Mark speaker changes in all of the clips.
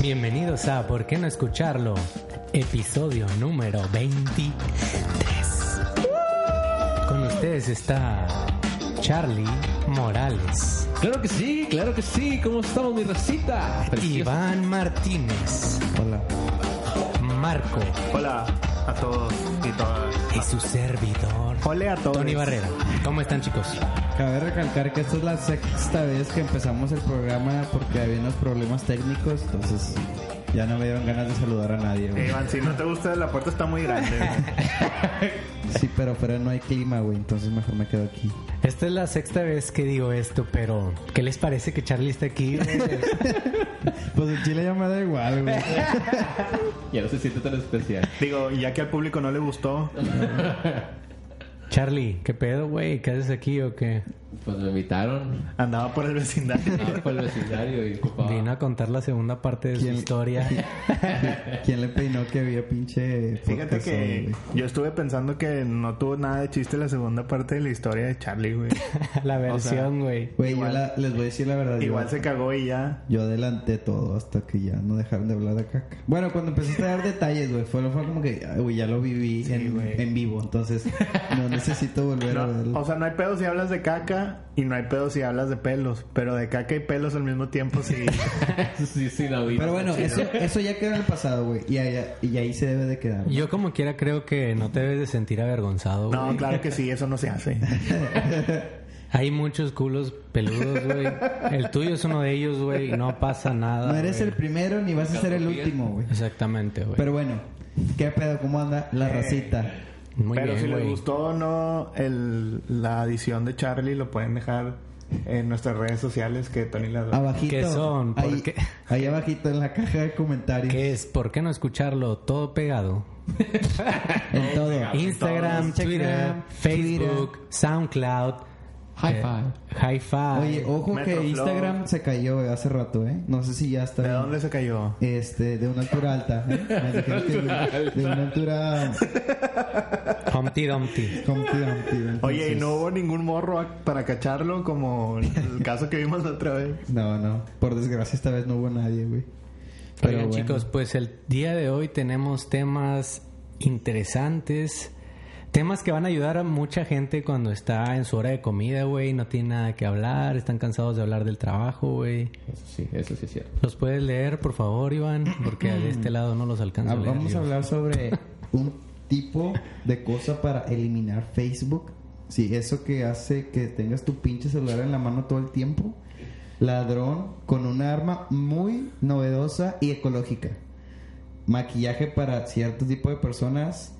Speaker 1: Bienvenidos a ¿Por qué no escucharlo? Episodio número 23. Con ustedes está Charlie Morales,
Speaker 2: Claro que sí, claro que sí. ¿Cómo estamos, mi racita?
Speaker 1: Iván Martínez,
Speaker 2: Hola.
Speaker 1: Marco
Speaker 3: Hola a todos y todas.
Speaker 1: y su servidor
Speaker 3: Hola a todos.
Speaker 1: Tony Barrera. ¿Cómo están chicos?
Speaker 4: Cabe recalcar que esta es la sexta vez que empezamos el programa porque había unos problemas técnicos, entonces ya no me dieron ganas de saludar a nadie. güey.
Speaker 3: Evan, Eh, si no te gusta, la puerta está muy grande. güey.
Speaker 4: Sí, pero fuera no hay clima, güey, entonces mejor me quedo aquí.
Speaker 1: Esta es la sexta vez que digo esto, pero ¿qué les parece que Charlie está aquí?
Speaker 4: Pues en Chile ya me da igual, güey.
Speaker 2: Ya no se siente tan especial.
Speaker 3: Digo, ya que al público no le gustó,
Speaker 1: Charlie, ¿qué pedo, güey? ¿Qué haces aquí o qué?
Speaker 2: Pues me invitaron
Speaker 3: andaba por el vecindario.
Speaker 2: a- por el vecindario y
Speaker 3: Ah.
Speaker 2: ocupaba.
Speaker 1: Vino a contar la segunda parte de su
Speaker 4: ¿Quién-
Speaker 1: historia.
Speaker 4: ¿Quién le peinó que había pinche...
Speaker 3: Fíjate
Speaker 4: podcast hoy,
Speaker 3: que
Speaker 4: güey?
Speaker 3: yo estuve pensando que no tuvo nada de chiste la segunda parte de la historia de Charlie, güey.
Speaker 1: la
Speaker 3: O sea,
Speaker 1: versión, güey.
Speaker 4: Güey, yo la- les voy a decir la verdad.
Speaker 3: Igual
Speaker 4: yo,
Speaker 3: se cagó y ya.
Speaker 4: yo adelanté todo hasta que ya no dejaron de hablar de caca. Bueno, cuando empezaste a dar detalles, güey, fue, fue como que, ay, güey, ya lo viví en,
Speaker 3: güey.
Speaker 4: en vivo, entonces no necesito volver a verlo.
Speaker 3: No, o sea, no hay pedo si hablas de caca y no hay pedo si hablas de pelos. Pero de caca y pelos al mismo tiempo sí.
Speaker 2: Sí, sí, la vi.
Speaker 4: Pero bueno, eso, eso ya quedó en el pasado, güey. Y, ahí- y ahí se debe de quedar.
Speaker 1: Yo como quiera creo que no te debes de sentir avergonzado, güey.
Speaker 3: No, claro que sí, eso no se hace.
Speaker 1: Hay muchos culos peludos, güey. El tuyo es uno de ellos, güey. y No pasa nada.
Speaker 4: No eres
Speaker 1: güey.
Speaker 4: el primero ni vas a ser el último, güey.
Speaker 1: Exactamente, güey.
Speaker 4: Pero bueno, ¿qué pedo? ¿Cómo anda
Speaker 3: Eh,
Speaker 4: la racita?
Speaker 1: Muy
Speaker 3: Pero
Speaker 1: bien,
Speaker 3: si les
Speaker 1: güey.
Speaker 3: gustó o no el- la edición de Charlie, lo pueden dejar en nuestras redes sociales que Tony las da.
Speaker 4: Abajito.
Speaker 1: ¿Qué son? ¿Por
Speaker 4: Ahí,
Speaker 1: qué?
Speaker 4: ahí abajito en la caja de comentarios.
Speaker 1: ¿Qué es? ¿Por qué no escucharlo todo pegado?
Speaker 4: En todo.
Speaker 1: Instagram,
Speaker 4: Todos.
Speaker 1: Twitter,
Speaker 4: Instagram,
Speaker 1: Facebook, SoundCloud,
Speaker 2: Hi-Fi.
Speaker 1: Hi-Fi.
Speaker 4: Oye, ojo
Speaker 3: Metroflog.
Speaker 4: que Instagram se cayó güey, hace rato, ¿eh? No sé si ya está.
Speaker 3: ¿De
Speaker 4: bien.
Speaker 3: dónde se cayó?
Speaker 4: Este, de una altura alta. ¿eh? Me dijeron que de, de una altura. oh.
Speaker 1: Humpty Dumpty.
Speaker 4: Humpty Dumpty, entonces-
Speaker 3: Oye, y no hubo ningún morro a- para cacharlo como el caso que vimos la otra vez.
Speaker 4: No, no. Por desgracia, esta vez no hubo nadie, güey. Pero
Speaker 1: Oigan,
Speaker 4: bueno.
Speaker 1: chicos, pues el día de hoy tenemos temas interesantes. Temas que van a ayudar a mucha gente cuando está en su hora de comida, güey. No tiene nada que hablar. Están cansados de hablar del trabajo, güey.
Speaker 2: Eso sí, eso sí es cierto.
Speaker 1: ¿Los puedes leer, por favor, Iván? Porque de este lado no los alcanzo a
Speaker 4: Ah,
Speaker 1: leer.
Speaker 4: Vamos a
Speaker 1: yo.
Speaker 4: hablar sobre un tipo de cosa para eliminar Facebook. Sí, eso que hace que tengas tu pinche celular en la mano todo el tiempo. Ladrón con una arma muy novedosa y ecológica. Maquillaje para cierto tipo de personas.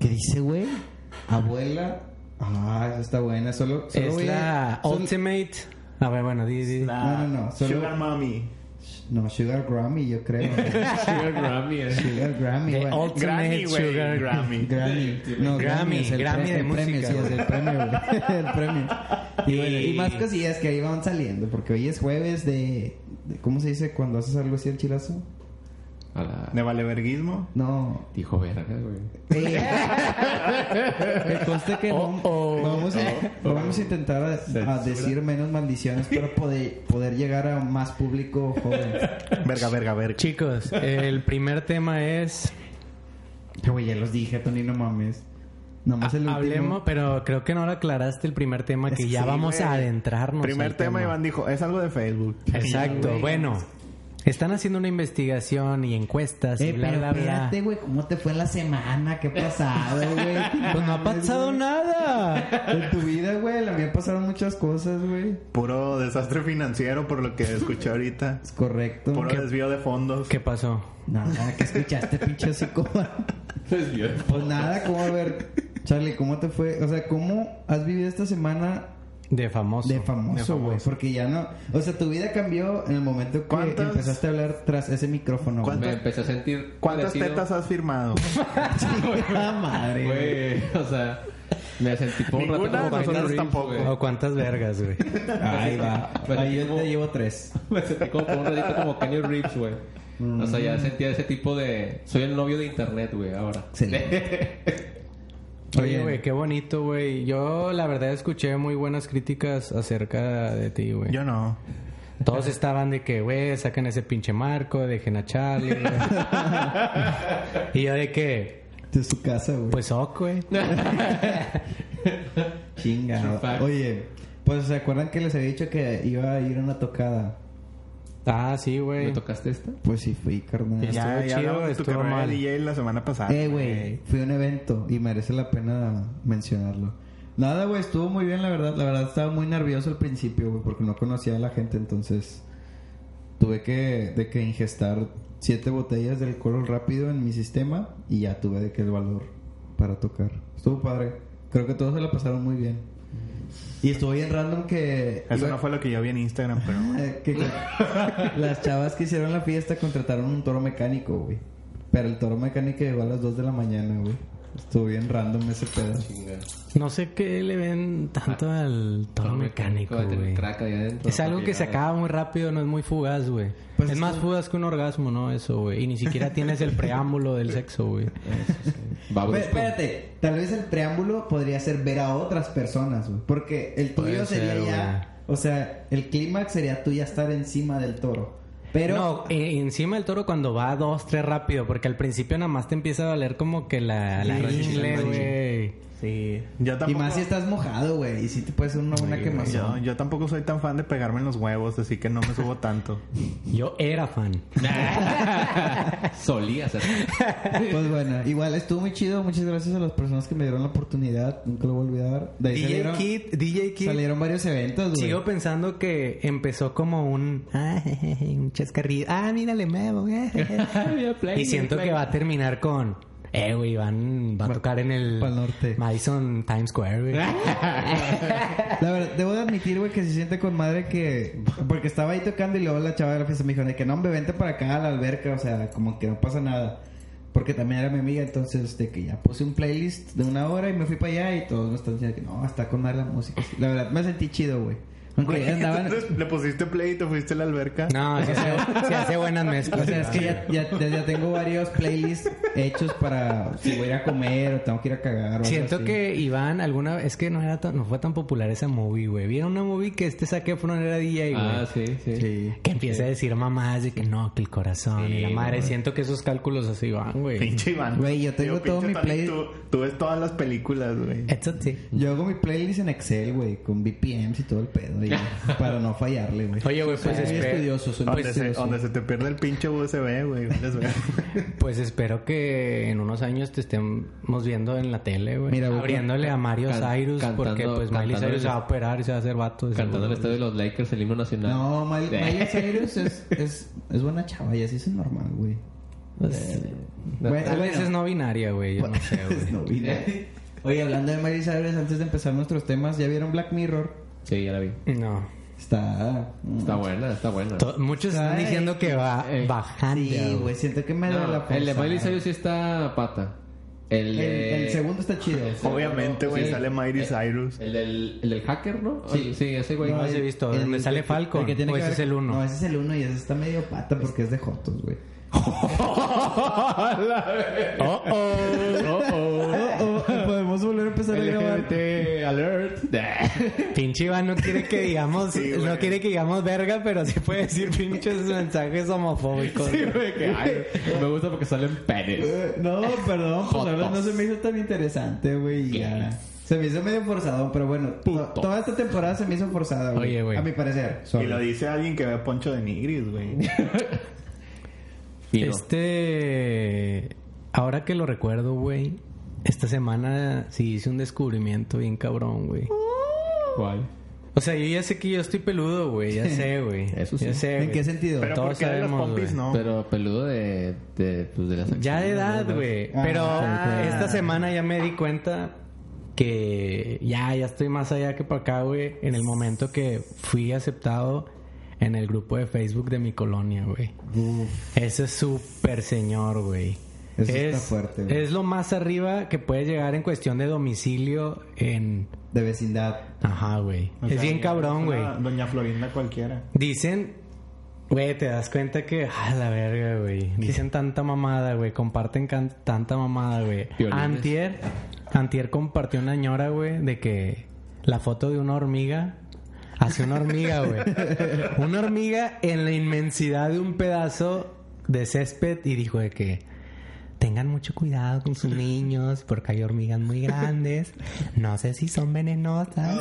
Speaker 4: ¿Qué dice, güey? Abuela. Ah, eso está buena. Solo, solo
Speaker 1: Es
Speaker 4: voy a-
Speaker 1: la
Speaker 4: solo-
Speaker 1: Ultimate... A ver, bueno, di, di.
Speaker 3: La
Speaker 4: No, no, no, solo-
Speaker 3: Sugar Mommy.
Speaker 4: No, Sugar Grammy, yo creo.
Speaker 2: Sugar Grammy. eh.
Speaker 4: Sugar Grammy,
Speaker 1: The
Speaker 4: güey.
Speaker 1: Ultimate
Speaker 3: Grammy, güey.
Speaker 1: Sugar...
Speaker 3: Grammy.
Speaker 4: Grammy. No,
Speaker 1: Grammy,
Speaker 4: es el
Speaker 1: Grammy
Speaker 4: pre-
Speaker 1: de
Speaker 4: el premio,
Speaker 1: música,
Speaker 4: sí, es
Speaker 1: güey.
Speaker 4: el premio, güey. El premio. Y, bueno, y más cosillas que ahí van saliendo, porque hoy es jueves de, de- ¿Cómo se dice cuando haces algo así el chilazo?
Speaker 2: A la...
Speaker 3: ¿De valeverguismo?
Speaker 4: No.
Speaker 2: Dijo verga, güey.
Speaker 4: Eh, me consta que Oh, no- vamos, a, vamos a intentar a- a, decir menos maldiciones para poder, poder llegar a más público joven.
Speaker 3: Verga, verga, verga.
Speaker 1: Chicos, el primer tema es...
Speaker 4: Que, Güey, ya los dije, Tony, no mames. Nomás el último.
Speaker 1: Hablemos, pero creo que no lo aclaraste el primer tema que ya
Speaker 3: Sí,
Speaker 1: vamos a
Speaker 3: güey.
Speaker 1: adentrarnos.
Speaker 3: Primer
Speaker 1: al
Speaker 3: tema, Iván dijo, es algo de Facebook.
Speaker 1: Exacto. bueno, están haciendo una investigación y encuestas y
Speaker 4: Eh,
Speaker 1: bla,
Speaker 4: pero
Speaker 1: bla, bla.
Speaker 4: espérate, güey, ¿cómo te fue en la semana? ¿Qué ha pasado, güey?
Speaker 1: Pues no ha pasado nada.
Speaker 4: En tu vida, güey, la mía pasaron muchas cosas, güey.
Speaker 3: Puro desastre financiero por lo que escuché ahorita.
Speaker 4: Es correcto.
Speaker 3: Puro desvío de fondos.
Speaker 1: ¿Qué pasó?
Speaker 4: Nada, que escuchaste, pinche psicópata.
Speaker 2: Es bien.
Speaker 4: Pues nada, ¿cómo a ver? Charlie, ¿cómo te fue? O sea, ¿cómo has vivido esta semana
Speaker 1: De famoso.
Speaker 4: de famoso, güey? Porque ya no... O sea, tu vida cambió en el momento que
Speaker 3: ¿Cuántas-
Speaker 4: empezaste a hablar tras ese micrófono, güey.
Speaker 2: Me empecé a sentir.
Speaker 3: ¿Cuántas
Speaker 2: parecido,
Speaker 3: tetas has firmado?
Speaker 4: ¡Ah, madre! güey.
Speaker 2: Güey, o sea, me sentí por un rato
Speaker 3: Ninguna
Speaker 2: como
Speaker 3: de nosotros
Speaker 2: Keanu Reeves,
Speaker 3: tampoco.
Speaker 2: güey.
Speaker 1: O Oh, cuántas vergas, güey.
Speaker 4: Ahí va. Ahí yo te llevo tres.
Speaker 2: Me sentí como por un ratito como Kenny Reeves, güey. O sea, ya sentía ese tipo de... Soy el novio de internet, güey, ahora.
Speaker 4: Excelente.
Speaker 1: Oye, güey, qué bonito, güey. Yo, la verdad, escuché muy buenas críticas acerca de ti, güey.
Speaker 3: Yo no.
Speaker 1: Todos estaban de que, güey, sacan ese pinche marco, dejen a Charlie. y yo de que,
Speaker 4: De su Este casa, güey.
Speaker 1: pues ok, güey.
Speaker 4: Chinga.
Speaker 2: True fact.
Speaker 4: Oye, pues se acuerdan que les había dicho que iba a ir a una tocada.
Speaker 1: Ah, sí, güey.
Speaker 2: ¿Me tocaste esta?
Speaker 4: Pues sí, fui, carnal.
Speaker 1: Ya.
Speaker 3: Ya,
Speaker 1: estuvo
Speaker 3: ya
Speaker 1: chido,
Speaker 3: hablamos de tu
Speaker 1: estuvo
Speaker 3: carrera
Speaker 1: mal.
Speaker 3: de DJ la semana pasada.
Speaker 4: Eh, güey, fui a un evento y merece la pena mencionarlo. Nada, güey, estuvo muy bien, la verdad. La verdad estaba muy nervioso al principio, güey, porque no conocía a la gente, entonces tuve que, de que ingestar siete botellas del alcohol rápido en mi sistema y ya tuve de que el valor para tocar. Estuvo padre. Creo que todos se la pasaron muy bien. Y estuvo bien random que...
Speaker 3: Eso
Speaker 4: iba-
Speaker 3: no fue lo que yo vi en Instagram, pero bueno.
Speaker 4: Eh, que con- las chavas que hicieron la fiesta contrataron un toro mecánico, güey. Pero el toro mecánico llegó a las 2 de la mañana, güey. Estuvo bien random ese pedo.
Speaker 2: Chinga.
Speaker 1: No sé qué le ven tanto al toro mecánico,
Speaker 2: de tener
Speaker 1: güey.
Speaker 2: crack ahí adentro.
Speaker 1: Es algo que se
Speaker 2: Llegada.
Speaker 1: acaba muy rápido, no es muy fugaz, güey.
Speaker 4: Pues
Speaker 1: es
Speaker 4: es
Speaker 1: más
Speaker 4: que-
Speaker 1: fugaz que un orgasmo, ¿no? Eso, güey. Y ni siquiera tienes el preámbulo del sexo, güey.
Speaker 2: Va
Speaker 1: pues.
Speaker 4: Pero
Speaker 2: brusco.
Speaker 4: espérate, tal vez el preámbulo podría ser ver a otras personas, güey. Porque el tuyo
Speaker 1: Puede
Speaker 4: sería
Speaker 1: ser,
Speaker 4: ya. O sea, el clímax sería tú ya estar encima del toro. Pero.
Speaker 1: Pero... No, eh, encima del toro cuando va a dos, tres rápido, porque al principio nada más te empieza a doler como que la, la
Speaker 4: Sí,
Speaker 1: ingle,
Speaker 4: sí, sí.
Speaker 1: güey.
Speaker 3: Sí. Yo
Speaker 4: y
Speaker 3: tampoco,
Speaker 4: más si estás mojado, güey. Y si te puede ser una buena
Speaker 3: yo,
Speaker 4: quemazón.
Speaker 3: yo tampoco soy tan fan de pegarme en los huevos, así que no me subo tanto.
Speaker 1: Yo era fan.
Speaker 2: Solía ser.
Speaker 4: Pues bueno, igual estuvo muy chido. Muchas gracias a las personas que me dieron la oportunidad. Nunca lo voy a olvidar. De ahí
Speaker 1: DJ
Speaker 4: salieron-
Speaker 1: Kid, DJ Kid.
Speaker 4: Salieron varios eventos, güey.
Speaker 1: Sigo pensando que empezó como un... Ah, un chascarrillo. Ah, mírale, me voy. Y siento que va a terminar con... Eh, güey, van, va a tocar en el...
Speaker 4: Pa'l norte.
Speaker 1: Madison Times Square, güey.
Speaker 4: La verdad, debo de admitir, güey, que se siente con madre que... Porque estaba ahí tocando y luego la chava de la fiesta me dijo de que no, hombre, vente para acá a la alberca. O sea, como que no pasa nada. Porque también era mi amiga, entonces, de que ya puse un playlist de una hora y me fui para allá y todos me están diciendo que no, está con madre la música. La verdad, me sentí chido, güey. Aunque andaban...
Speaker 3: Entonces, le pusiste play y te fuiste a la alberca.
Speaker 1: No, se hace, sí hace buenas
Speaker 4: O
Speaker 1: mezclas.
Speaker 4: sea, es que ya, ya- ya- ya tengo varios playlists hechos para si voy a ir a comer o tengo que ir a cagar. o algo
Speaker 1: Siento
Speaker 4: así.
Speaker 1: que Iván alguna es que no era tan- no fue tan popular esa movie, güey. Vieron una movie que este saque era DJ, güey.
Speaker 2: Ah, sí, sí.
Speaker 4: Sí.
Speaker 1: Que empieza a decir mamás de que no, que el corazón y la
Speaker 2: Sí,
Speaker 1: madre.
Speaker 2: güey.
Speaker 1: Siento que esos cálculos así van, güey.
Speaker 3: Pinche Iván.
Speaker 4: Güey, yo tengo todo
Speaker 3: pinche
Speaker 4: mi
Speaker 3: Tony,
Speaker 4: play-
Speaker 3: Tú, tú ves todas las películas, güey.
Speaker 1: Eso sí.
Speaker 4: Yo hago mi playlist en Excel, güey, con BPMs y todo el pedo, y- para no fallarle, güey.
Speaker 1: Oye, güey,
Speaker 4: Soy
Speaker 1: pues,
Speaker 4: muy
Speaker 1: espe-
Speaker 4: estudioso, soy muy
Speaker 3: Donde, se,
Speaker 4: estudioso.
Speaker 3: donde se te pierde el pinche USB, güey. vales verga.
Speaker 1: pues espero que en unos años te estemos viendo en la tele, güey.
Speaker 4: Mira, güey,
Speaker 1: Abriéndole a Mario
Speaker 2: can-
Speaker 1: Cyrus
Speaker 2: cantando-
Speaker 1: porque pues Miley
Speaker 2: cantando
Speaker 1: Cyrus
Speaker 2: el-
Speaker 1: se va a operar y se va a hacer vato. de
Speaker 2: Cantando el
Speaker 1: seguro.
Speaker 2: estadio de los Lakers, el himno nacional.
Speaker 4: No, Miley,
Speaker 2: Eh.
Speaker 4: Miley Cyrus es, es, es buena chava y así es normal, güey.
Speaker 1: Pues,
Speaker 4: Bueno,
Speaker 1: Tal vez
Speaker 4: bueno.
Speaker 1: es no Eh. binaria, güey. Yo no sé, güey.
Speaker 4: No, mira. Oye, hablando de Miley Cyrus, antes de empezar nuestros temas, ¿ya vieron Black Mirror?
Speaker 2: Sí, ya la vi.
Speaker 1: No.
Speaker 4: Está...
Speaker 1: Mm,
Speaker 2: Está buena, está buena.
Speaker 1: To- muchos están
Speaker 4: Ay,
Speaker 1: diciendo que va
Speaker 2: eh,
Speaker 1: bajando.
Speaker 4: Sí, güey, siento que me da
Speaker 2: No,
Speaker 4: la
Speaker 2: el de
Speaker 4: forzada.
Speaker 2: Miley Cyrus sí está a pata. El,
Speaker 4: El,
Speaker 2: de-
Speaker 4: el segundo está chido.
Speaker 3: Obviamente, güey,
Speaker 2: Sí.
Speaker 3: sale Miley
Speaker 2: Eh,
Speaker 3: Cyrus.
Speaker 2: El del, el del hacker, ¿no? Sí, sí, ese güey.
Speaker 1: No,
Speaker 2: No,
Speaker 1: ese he visto.
Speaker 4: El-
Speaker 1: Me
Speaker 4: el
Speaker 1: sale
Speaker 4: que-
Speaker 1: Falcon.
Speaker 4: el que tiene
Speaker 1: O
Speaker 4: que
Speaker 1: ese
Speaker 4: ver-
Speaker 1: es el uno.
Speaker 4: No, ese es el uno y ese está medio pata porque es de Jotos, güey.
Speaker 1: Oh, oh.
Speaker 4: Oh, oh, podemos volver a empezar a grabar.
Speaker 2: alert.
Speaker 1: Pinche Iván no quiere que digamos,
Speaker 3: Sí, güey.
Speaker 1: no quiere que digamos verga, pero sí puede decir pinches mensajes homofóbicos.
Speaker 2: Sí, güey, que, ay, me gusta porque salen penes.
Speaker 4: Eh, No, perdón, pues
Speaker 2: Jotos.
Speaker 4: ahora no se me hizo tan interesante, güey. y ya. Se me hizo medio forzado, pero bueno, to-
Speaker 2: Puto.
Speaker 4: toda esta temporada se me hizo forzada, güey.
Speaker 1: Oye, güey.
Speaker 4: A mi
Speaker 3: Y
Speaker 4: parecer.
Speaker 3: lo
Speaker 4: Sorry.
Speaker 3: dice alguien que ve a Poncho de Nigris, güey.
Speaker 2: Y no.
Speaker 1: Este, ahora que lo recuerdo, güey, esta semana sí hice un descubrimiento bien cabrón, güey.
Speaker 2: ¿Cuál?
Speaker 1: O sea, yo ya sé que yo estoy peludo, güey, ya sé, güey.
Speaker 2: Eso sí.
Speaker 1: Ya sé,
Speaker 4: ¿En
Speaker 1: güey.
Speaker 4: qué sentido?
Speaker 3: Pero
Speaker 1: todos
Speaker 3: porque de las
Speaker 1: sabemos,
Speaker 3: pompis
Speaker 1: güey.
Speaker 3: no.
Speaker 2: Pero peludo de, de, pues, de las
Speaker 1: Ya de
Speaker 2: axilas,
Speaker 1: edad,
Speaker 2: ¿no?
Speaker 1: güey.
Speaker 4: Ah,
Speaker 1: Pero
Speaker 4: ok, ok.
Speaker 1: esta semana ya me di cuenta que ya, ya estoy más allá que para acá, güey. En el momento que fui aceptado en el grupo de Facebook de mi colonia, güey.
Speaker 4: Uf,
Speaker 1: Ese es súper señor, güey.
Speaker 4: Eso
Speaker 1: es,
Speaker 4: está fuerte, güey.
Speaker 1: Es lo más arriba que puedes llegar en cuestión de domicilio en...
Speaker 4: de vecindad.
Speaker 1: Ajá, güey.
Speaker 3: O
Speaker 1: es
Speaker 3: sea,
Speaker 1: bien cabrón,
Speaker 3: es
Speaker 1: güey.
Speaker 3: una Doña Florinda cualquiera.
Speaker 1: Dicen, güey, te das cuenta que, a la verga, güey. Dicen tanta mamada, güey. Comparten can- tanta mamada, güey.
Speaker 2: Violines.
Speaker 1: Antier, antier compartió una ñora, güey, de que la foto de una hormiga hacia una hormiga, güey. Una hormiga en la inmensidad de un pedazo de césped y dijo de que tengan mucho cuidado con sus niños porque hay hormigas muy grandes. No sé si son venenosas,